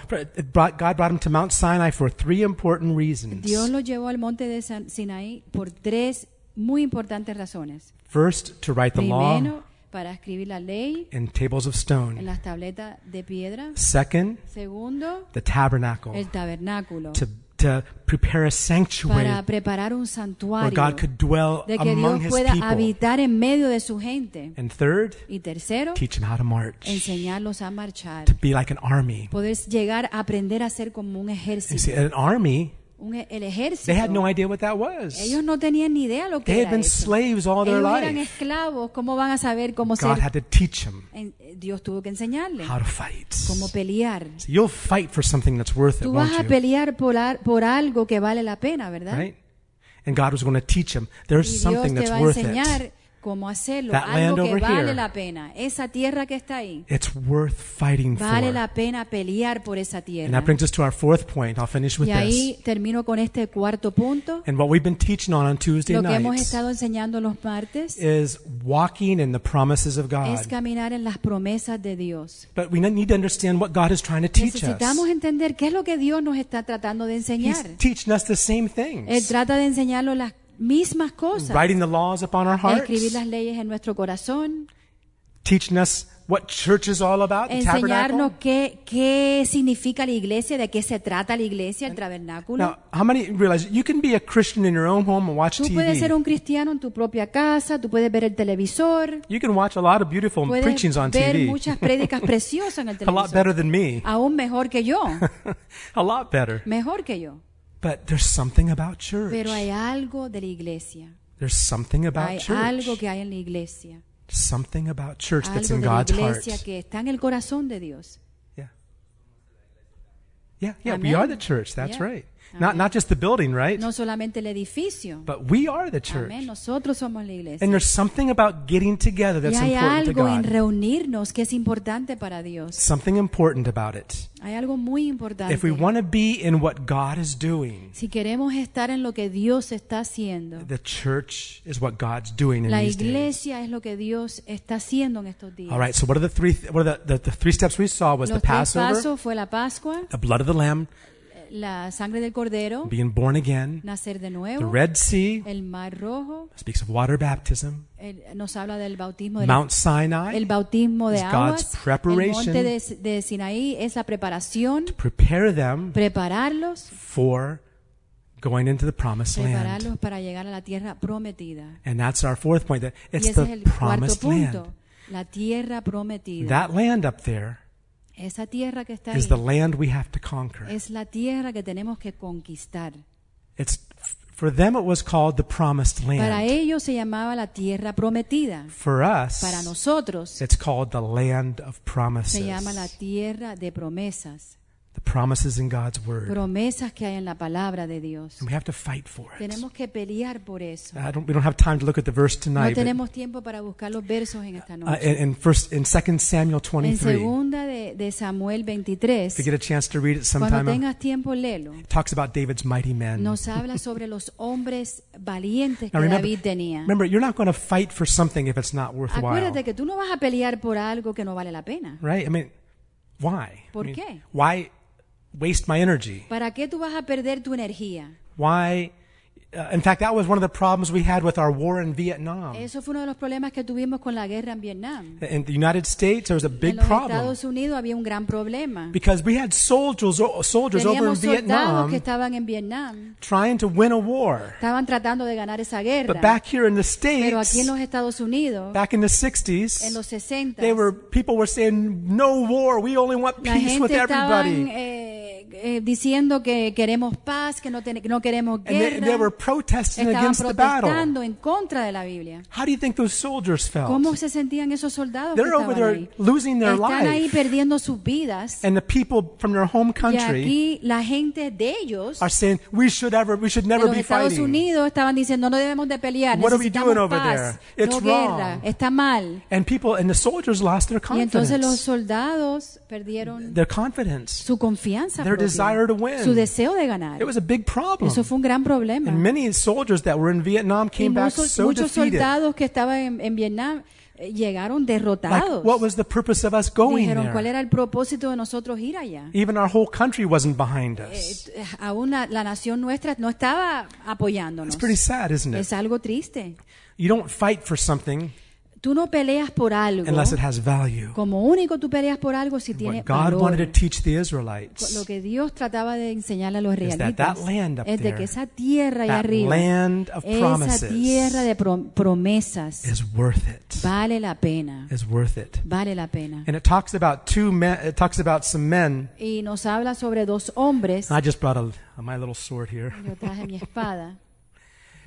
Brought, God brought him to Mount Sinai for three important reasons.
Dios los llevó al monte de San- Sinaí por tres muy importantes razones.
First, to write the law
Primero, para escribir la ley
in tables of
en
stone.
las tabletas de piedra.
Second,
Segundo,
the tabernacle
el tabernáculo
Oh. to to prepare a sanctuary
para preparar un
where
santuario
God could dwell
de que
among
Dios
His
pueda
people.
habitar en medio de su gente.
And third,
Y tercero,
teach them how to march,
enseñarlos a marchar,
to be like an army.
poder llegar a aprender a ser como un
You see,
ejército,
an army,
un e- el
they had no
ejército.
idea what that was.
Ellos no tenían ni idea lo
They
que
had
era
been
eso.
slaves all their
Ellos eran
life.
esclavos, ¿cómo van a saber cómo
God
ser?
had to teach them
En- eh, Dios tuvo que enseñarle
how to fight.
cómo
So
pelear.
you'll fight for something that's worth it,
Tú vas a
won't you?
pelear por, ar- por algo que vale la pena, ¿verdad?
Right? And God was going to teach them
Y
there's
Dios
something
te
that's
va a
worth it.
enseñar cómo hacerlo,
That land
algo que
over here.
vale la pena. Esa tierra que está ahí,
It's worth fighting
vale
for.
la pena pelear por esa
And
tierra.
that brings us to our fourth point. I'll finish with
Y
this.
ahí termino con este cuarto punto.
And what we've been teaching on on Tuesday
Lo que hemos
nights
estado enseñando los martes
is walking in the promises of
es
God.
caminar en las promesas de Dios.
But we need to understand what God is trying to teach us.
Necesitamos entender qué es lo que Dios nos está tratando de
He's
enseñar.
teaching us the same
Él
things.
trata de enseñarnos las mismas cosas.
Writing the laws upon our hearts.
Escribir las leyes en nuestro corazón,
Teaching us what church is all about, the tabernacle.
enseñarnos qué, qué significa la iglesia, de qué se trata la iglesia, el tabernáculo.
Now, how many realize you can be a Christian in your own home and watch
Tú puedes ser
TV?
un cristiano en tu propia casa, tú puedes ver el televisor,
You can watch a lot of beautiful
puedes
preachings on
ver
TV.
muchas prédicas preciosas en el
a lot better
televisor.
than me.
Aún mejor que yo,
a lot better.
mejor que yo.
But there's something about church.
Pero hay algo de la iglesia,
There's something about
hay algo
church.
que hay en la iglesia,
Something about church that's
algo
in
de la
God's heart.
iglesia que está en el corazón de Dios.
Yeah. Yeah, yeah, we
Amen.
are the church. That's
Yeah.
right. Not not just the building, right?
No solamente el edificio,
But we are the church.
amén, nosotros somos la iglesia.
And there's something about getting together
Y
that's
hay
important to
algo en
God.
reunirnos que es importante para Dios.
something important about it.
Hay algo muy importante.
If we want to be in what God is doing,
Si queremos estar en lo que Dios está haciendo,
the church is what God's doing in
la
these days.
iglesia es lo que Dios está haciendo en estos días.
All right. So what are the three? What are the, the, the three steps we saw was
Los
the
tres
Passover,
pasos fue la Pascua,
the blood of the Lamb,
la sangre del cordero,
being born again,
nacer de
the
nuevo,
Red Sea
el mar rojo,
speaks of water baptism,
el- nos habla del bautismo de
Mount Sinai,
el bautismo de
is God's
aguas, el
preparation.
monte de, de Sinaí es la preparación,
prepare them
prepararlos,
for going into the promised land.
prepararlos para llegar a la tierra prometida.
And that's our fourth point. That
Y
it's
ese es
the
el cuarto
promised land.
punto, la tierra prometida.
That land up there
Esa tierra que está ahí
is the land we have to conquer.
es la tierra que tenemos que conquistar.
It's for them it was called the promised
Para
land.
ellos se llamaba la tierra prometida.
For
Para
us,
nosotros
it's called the land of
se llama la
promises.
tierra de promesas.
The promises in God's word.
Promesas que hay en la palabra de Dios.
And we have to fight for it.
Tenemos que pelear por eso.
I don't, we don't have time to look at the verse
No
tonight. but,
tenemos tiempo para buscar los versos en esta
uh,
noche.
in, in first in Second Samuel
En
23,
segunda de, de Samuel
if you
23,
get a chance to read it
cuando
sometime, uh,
tengas tiempo, léelo.
it talks about David's mighty men.
Nos habla sobre los hombres valientes que
Now remember,
David tenía.
remember, you're not going to fight for something if it's not worthwhile,
Acuérdate que tú no vas a pelear por algo que no vale la pena.
right? I mean, why?
¿Por
I mean,
qué?
Why waste my energy?
¿Para qué tú vas a perder tu energía?
Why? Uh, in fact, that was one of the problems we had with our war in Vietnam.
Eso fue uno de los problemas que tuvimos con la guerra en Vietnam.
in the United States, there was a
En
big
los
problem
Estados Unidos había un gran problema.
because we had soldiers, o- soldiers over in
Teníamos soldados que
Vietnam
estaban en Vietnam.
trying to win a war,
Estaban tratando de ganar esa
but
guerra.
back here in the
Pero aquí en
states,
los Estados Unidos,
back in the
en los
60s,
60,
they were people were saying, "No war. We only want
la
peace with
gente estaba
everybody."
diciendo que queremos paz, que no, ten- que no queremos
And they, they were
guerra.
protesting
Estaban
against the este battle.
protestando en contra de la Biblia.
How do you think those soldiers
¿Cómo
felt?
se sentían esos soldados que
They're over
estaban
there
ahí?
losing their
Están ahí
life.
perdiendo sus vidas.
And the people from their home
Y
country
aquí la gente de ellos,
are saying, we should ever, we should
de
never
los
be
Estados
fighting.
Unidos, estaban diciendo no debemos de pelear,
What are we
necesitamos
doing over
paz,
there? It's
no guerra,
wrong.
está mal.
And people, and the soldiers lost their
Y entonces los
confidence.
soldados perdieron
Their confidence.
su confianza,
Their
propia,
desire to win.
su deseo de ganar.
It was a big
Eso
problem.
fue un gran problema.
And many soldiers that were in Vietnam
Y
came back
muchos,
so
muchos
defeated.
soldados que estaban en, en Vietnam eh, llegaron
Like,
derrotados.
what was the purpose of us going
Dijeron cuál
there?
era el propósito de nosotros ir allá.
Even our whole country wasn't behind
Eh,
us.
t- aún la, la nación nuestra no estaba apoyándonos.
It's pretty sad, isn't it?
Es algo triste.
You don't fight for something
Tú no peleas por algo.
unless it has value.
Como único tú peleas por algo si tiene
What God
valor.
wanted to teach the
Lo
Israelites,
que Dios trataba de enseñarle a los
that
israelitas
that land up
es de
there,
que esa tierra allá
that
arriba,
land of
esa tierra
promises,
de prom- promesas,
is worth it.
vale la pena,
Is worth it.
vale la pena.
And it talks about two men. It talks about some men.
Y nos habla sobre dos hombres.
I just brought a, my little sword here,
Yo traje mi espada.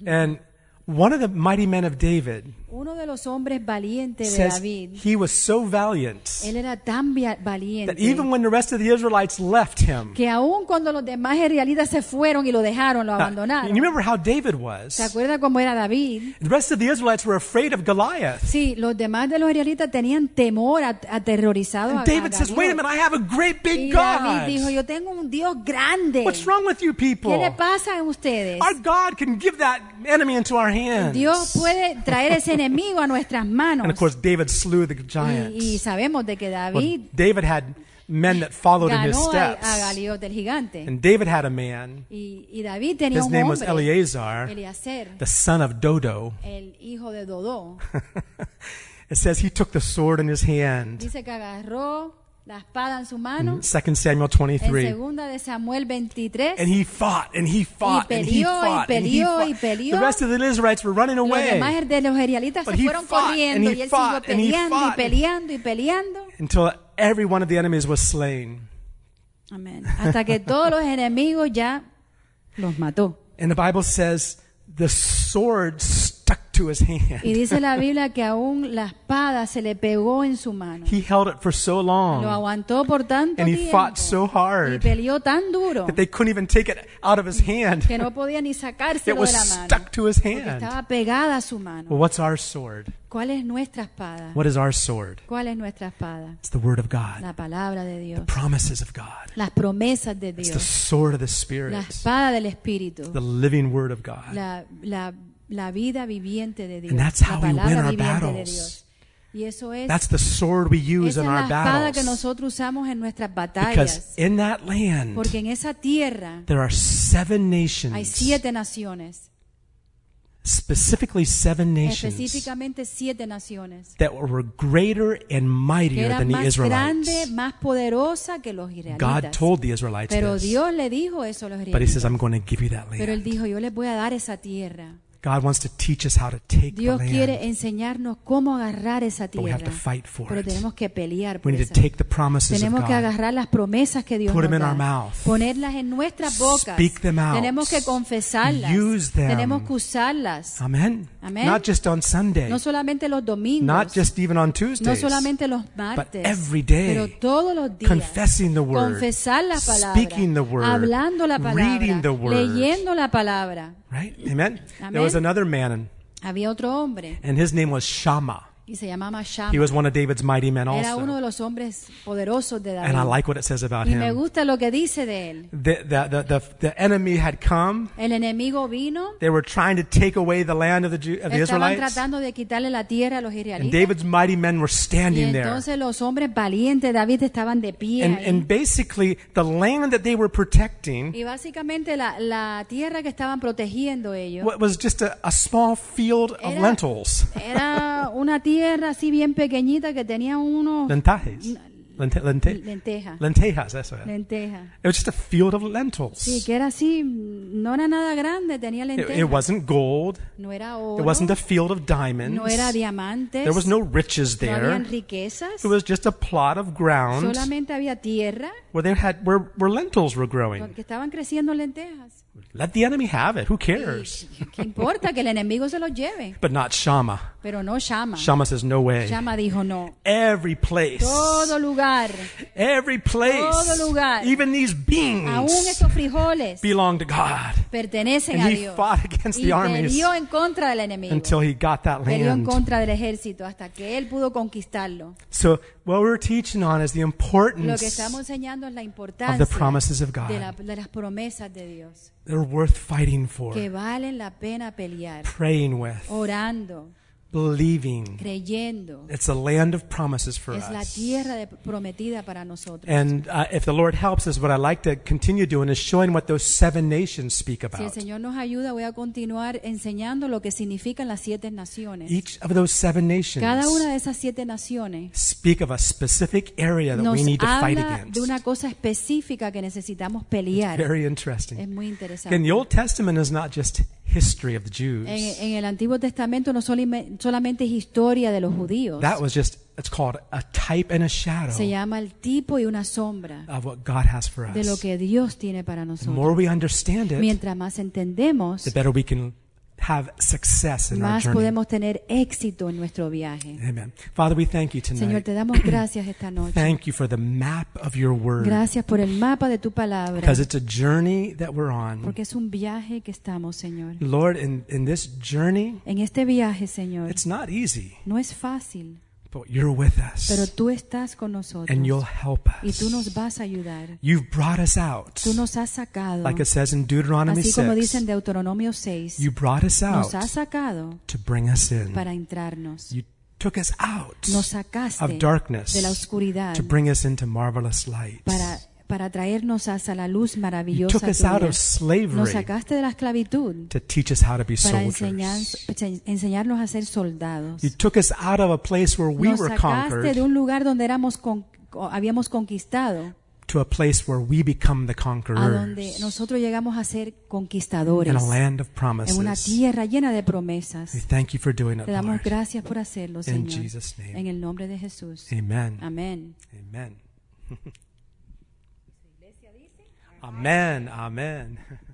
and one of the mighty men of David
Uno de los hombres valientes de
says
David,
he was so valiant
él era tan via-
that
valiente
even when the rest of the Israelites left him,
que aun cuando los demás israelitas se fueron y lo
Ah,
dejaron, lo
Now, you
abandonaron.
remember how David
¿Se
was.
acuerda cómo era David?
The rest of the Israelites were afraid of Goliath.
Sí, los demás de los israelitas tenían temor, at- aterrorizados. a-
And
a
David says,
Goliat.
"Wait a minute! I have a great
Oh, Y
big
David dijo,
God.
yo tengo un Dios grande.
What's wrong with you
¿Qué le
people?"
pasa a ustedes?
Our God can give that enemy into our hands.
Dios puede traer ese enemigo a nuestras
And of
manos.
course, David slew the
Y, y
giant.
sabemos de que
Well,
David
David had men that followed in his
ganó a, a
steps.
Galiot el gigante.
And David had a man.
Y, y David tenía
His
un
name was
hombre,
Eleazar,
Eliezer,
the son of Dodo.
el hijo de Dodó.
It says he took the sword in his hand.
Dice que agarró la espada en su mano.
In 2 Samuel
En
23.
segunda de Samuel 23.
And he fought and he fought and he
peleó, y
fought and he
peleó, y
fought. The
peleó.
rest of the Israelites were running
Los
away
demás er- de los israelitas
But
se
he
fueron
fought,
corriendo
and he
y él
fought,
siguió
and he
peleando
fought.
y peleando y peleando.
until every one of the enemies was slain.
Amén. Hasta que todos los enemigos ya los mató.
And the Bible says the sword stuck to his
Y
hand.
dice la Biblia que aún la espada se le pegó en su mano.
He held it for so
Lo
long
aguantó por tanto
and he fought
tiempo
so
y
hard
peleó tan duro
that they couldn't even take it out of his hand.
que no podía ni
It
sacárselo
was
de la mano.
stuck to his
Porque
hand. Oh.
estaba pegada a su mano.
Well, what's our sword?
¿Cuál es nuestra espada?
What is our sword?
¿Cuál es nuestra espada?
It's the word of God,
La palabra de Dios.
promises of God.
Las promesas de
It's the
Dios.
sword of the
La
Spirit,
espada del Espíritu.
the living word of God.
la, la, la vida viviente de Dios,
And that's how
la
we win
palabra
our
viviente de
battles.
Dios. Y eso es,
That's the sword we
esa
use
es
in
la
our
espada que
battles.
nosotros usamos en nuestras
Because
batallas.
in that land,
Porque en esa tierra
there are seven
hay
nations,
siete naciones,
specifically seven nations,
específicamente siete naciones,
that were greater and
que
mightier
era
than the
más grande,
Israelites.
más poderosa que los
God
israelitas.
told the Israelites
Pero
this,
Dios le dijo eso a los
but He says,
israelitas.
I'm going to give you that
Pero él
land.
dijo, yo les voy a dar esa tierra.
God wants to teach us how to take the
Dios
land,
quiere enseñarnos cómo agarrar esa
but we have
tierra.
to fight for
Pero
it.
tenemos que pelear
We
por
need to
esa
take the promises of
Tenemos que
God.
agarrar las promesas que Dios
Put
nos
them in
da,
our mouth.
ponerlas en nuestras bocas.
Speak them out.
Tenemos que confesarlas.
Use them.
Tenemos que usarlas.
Amen.
Amen.
Not just on Sunday,
No solamente los domingos,
not just even on
no
Tuesdays,
solamente los martes,
every day.
pero todos los días.
confessing the word,
confesar la palabra,
speaking the word,
hablando la palabra,
reading the word.
leyendo la palabra.
Right? Amen? There
Amen.
was another man,
Había otro hombre
and his name was Shammah.
y se llamaba
He
Shammah.
was one of David's mighty men
Era uno
also.
de los hombres poderosos de
And I
David.
like what it says about
Y me
him.
gusta lo que dice de él.
The, the, the, the, the enemy had come.
El enemigo vino
They were trying to take away the land of the, Jew, of the
Estaban
Israelites.
tratando de quitarle la tierra a los
And
israelitas.
David's mighty men were
Y
standing there.
entonces los hombres valientes de David estaban de pie.
And,
ahí.
and basically, the land that they were protecting
y básicamente la, la tierra que estaban protegiendo ellos
wa- was just a, a small field of
Era-
lentils.
era una tierra así bien pequeñita que tenía unos
Lentajes. Lente, lente,
lentejas.
lentejas, eso es.
Lentejas.
It was just a field of lentils.
Sí, que era así, no era nada grande, tenía
It, it
lentejas.
wasn't gold.
No era
It
oro,
wasn't a field of diamonds.
no era diamantes,
There was no riches
no habían
there.
riquezas,
It was just a plot of ground
solamente había tierra
where they had where, where lentils were growing.
que estaban creciendo lentejas.
Let the enemy have it. Who cares?
Y- ¿Qué importa que el enemigo se los lleve?
But not Shama.
Pero no llama.
Shama says no way.
Llama dijo no.
Every place,
Todo lugar,
every place,
Todo lugar.
even these Mm.
aún
beans
estos frijoles
belong to God.
pertenecen
And
a
he
Dios.
fought against
Y
the armies
peleó en contra del enemigo.
Until he got that
Peleó en
land.
contra del ejército hasta que él pudo conquistarlo.
So what we're teaching on is the
Lo que
importance.
estamos enseñando es la
Mm. Of the
importancia
promises of God.
de, la- de las promesas de Dios,
They're worth fighting for,
que Oh. valen la pena pelear,
praying with,
orando,
believing.
creyendo.
It's a land of promises for
Es la
us.
tierra de- prometida para nosotros.
And uh, if the Lord helps us, what I like to continue doing is showing what those seven nations speak
Si el
about.
Señor nos ayuda, voy a continuar enseñando lo que significan las siete naciones.
Each of those seven
Cada una
nations
de esas siete naciones
speak of a specific area that
nos
we need to fight
habla de
against.
una cosa específica que necesitamos pelear.
Very
Es
interesting.
muy interesante.
Again, the Old Testament is not just history of the
En,
Jews.
en el Antiguo Testamento no solime- solamente es historia de los judíos,
That was just, it's called a type and a
se
shadow
llama el tipo y una sombra
of what God has for
de lo
us.
que Dios tiene para
The
nosotros.
more we understand it,
Mientras más entendemos,
the better we can have success in our
más
journey.
podemos tener éxito en nuestro viaje.
Amen. Father, we thank you
Señor,
tonight.
te damos gracias esta noche.
Thank you for the map of your word.
Gracias por el mapa de tu palabra,
Because it's a journey that we're on.
porque es un viaje que estamos, Señor.
Lord, in, in this journey,
En este viaje, Señor,
it's not easy,
no es fácil.
but you're with
Pero
us
tú estás con nosotros
and you'll help
y tú nos
us.
vas a ayudar.
You've brought us out,
Tú nos has sacado,
like it says in Deuteronomy
así como
6.
dicen Deuteronomio 6,
You brought us out
nos has sacado
to bring us in.
para entrarnos.
You took us out
Nos sacaste
of darkness
de la oscuridad
to bring us into marvelous light.
para para traernos hasta la luz
You
maravillosa
took us out
tuya.
of
Nos
slavery
sacaste de la esclavitud
to teach us how to be
para enseñar-
soldiers.
ense- enseñarnos a ser soldados.
You took us out of a place where we
Nos
were
sacaste de
conquered
un lugar donde éramos con- co- habíamos conquistado
to a place where we become the
a donde
conquerors
nosotros llegamos a ser
in
conquistadores
a land of
en una
promises.
tierra llena de
We
promesas.
thank you for doing it,
Te damos
Lord.
gracias por hacerlo,
In
Señor.
Jesus'
En
name.
el nombre de Jesús.
Amen.
Amén.
Amen. Amen. Amen.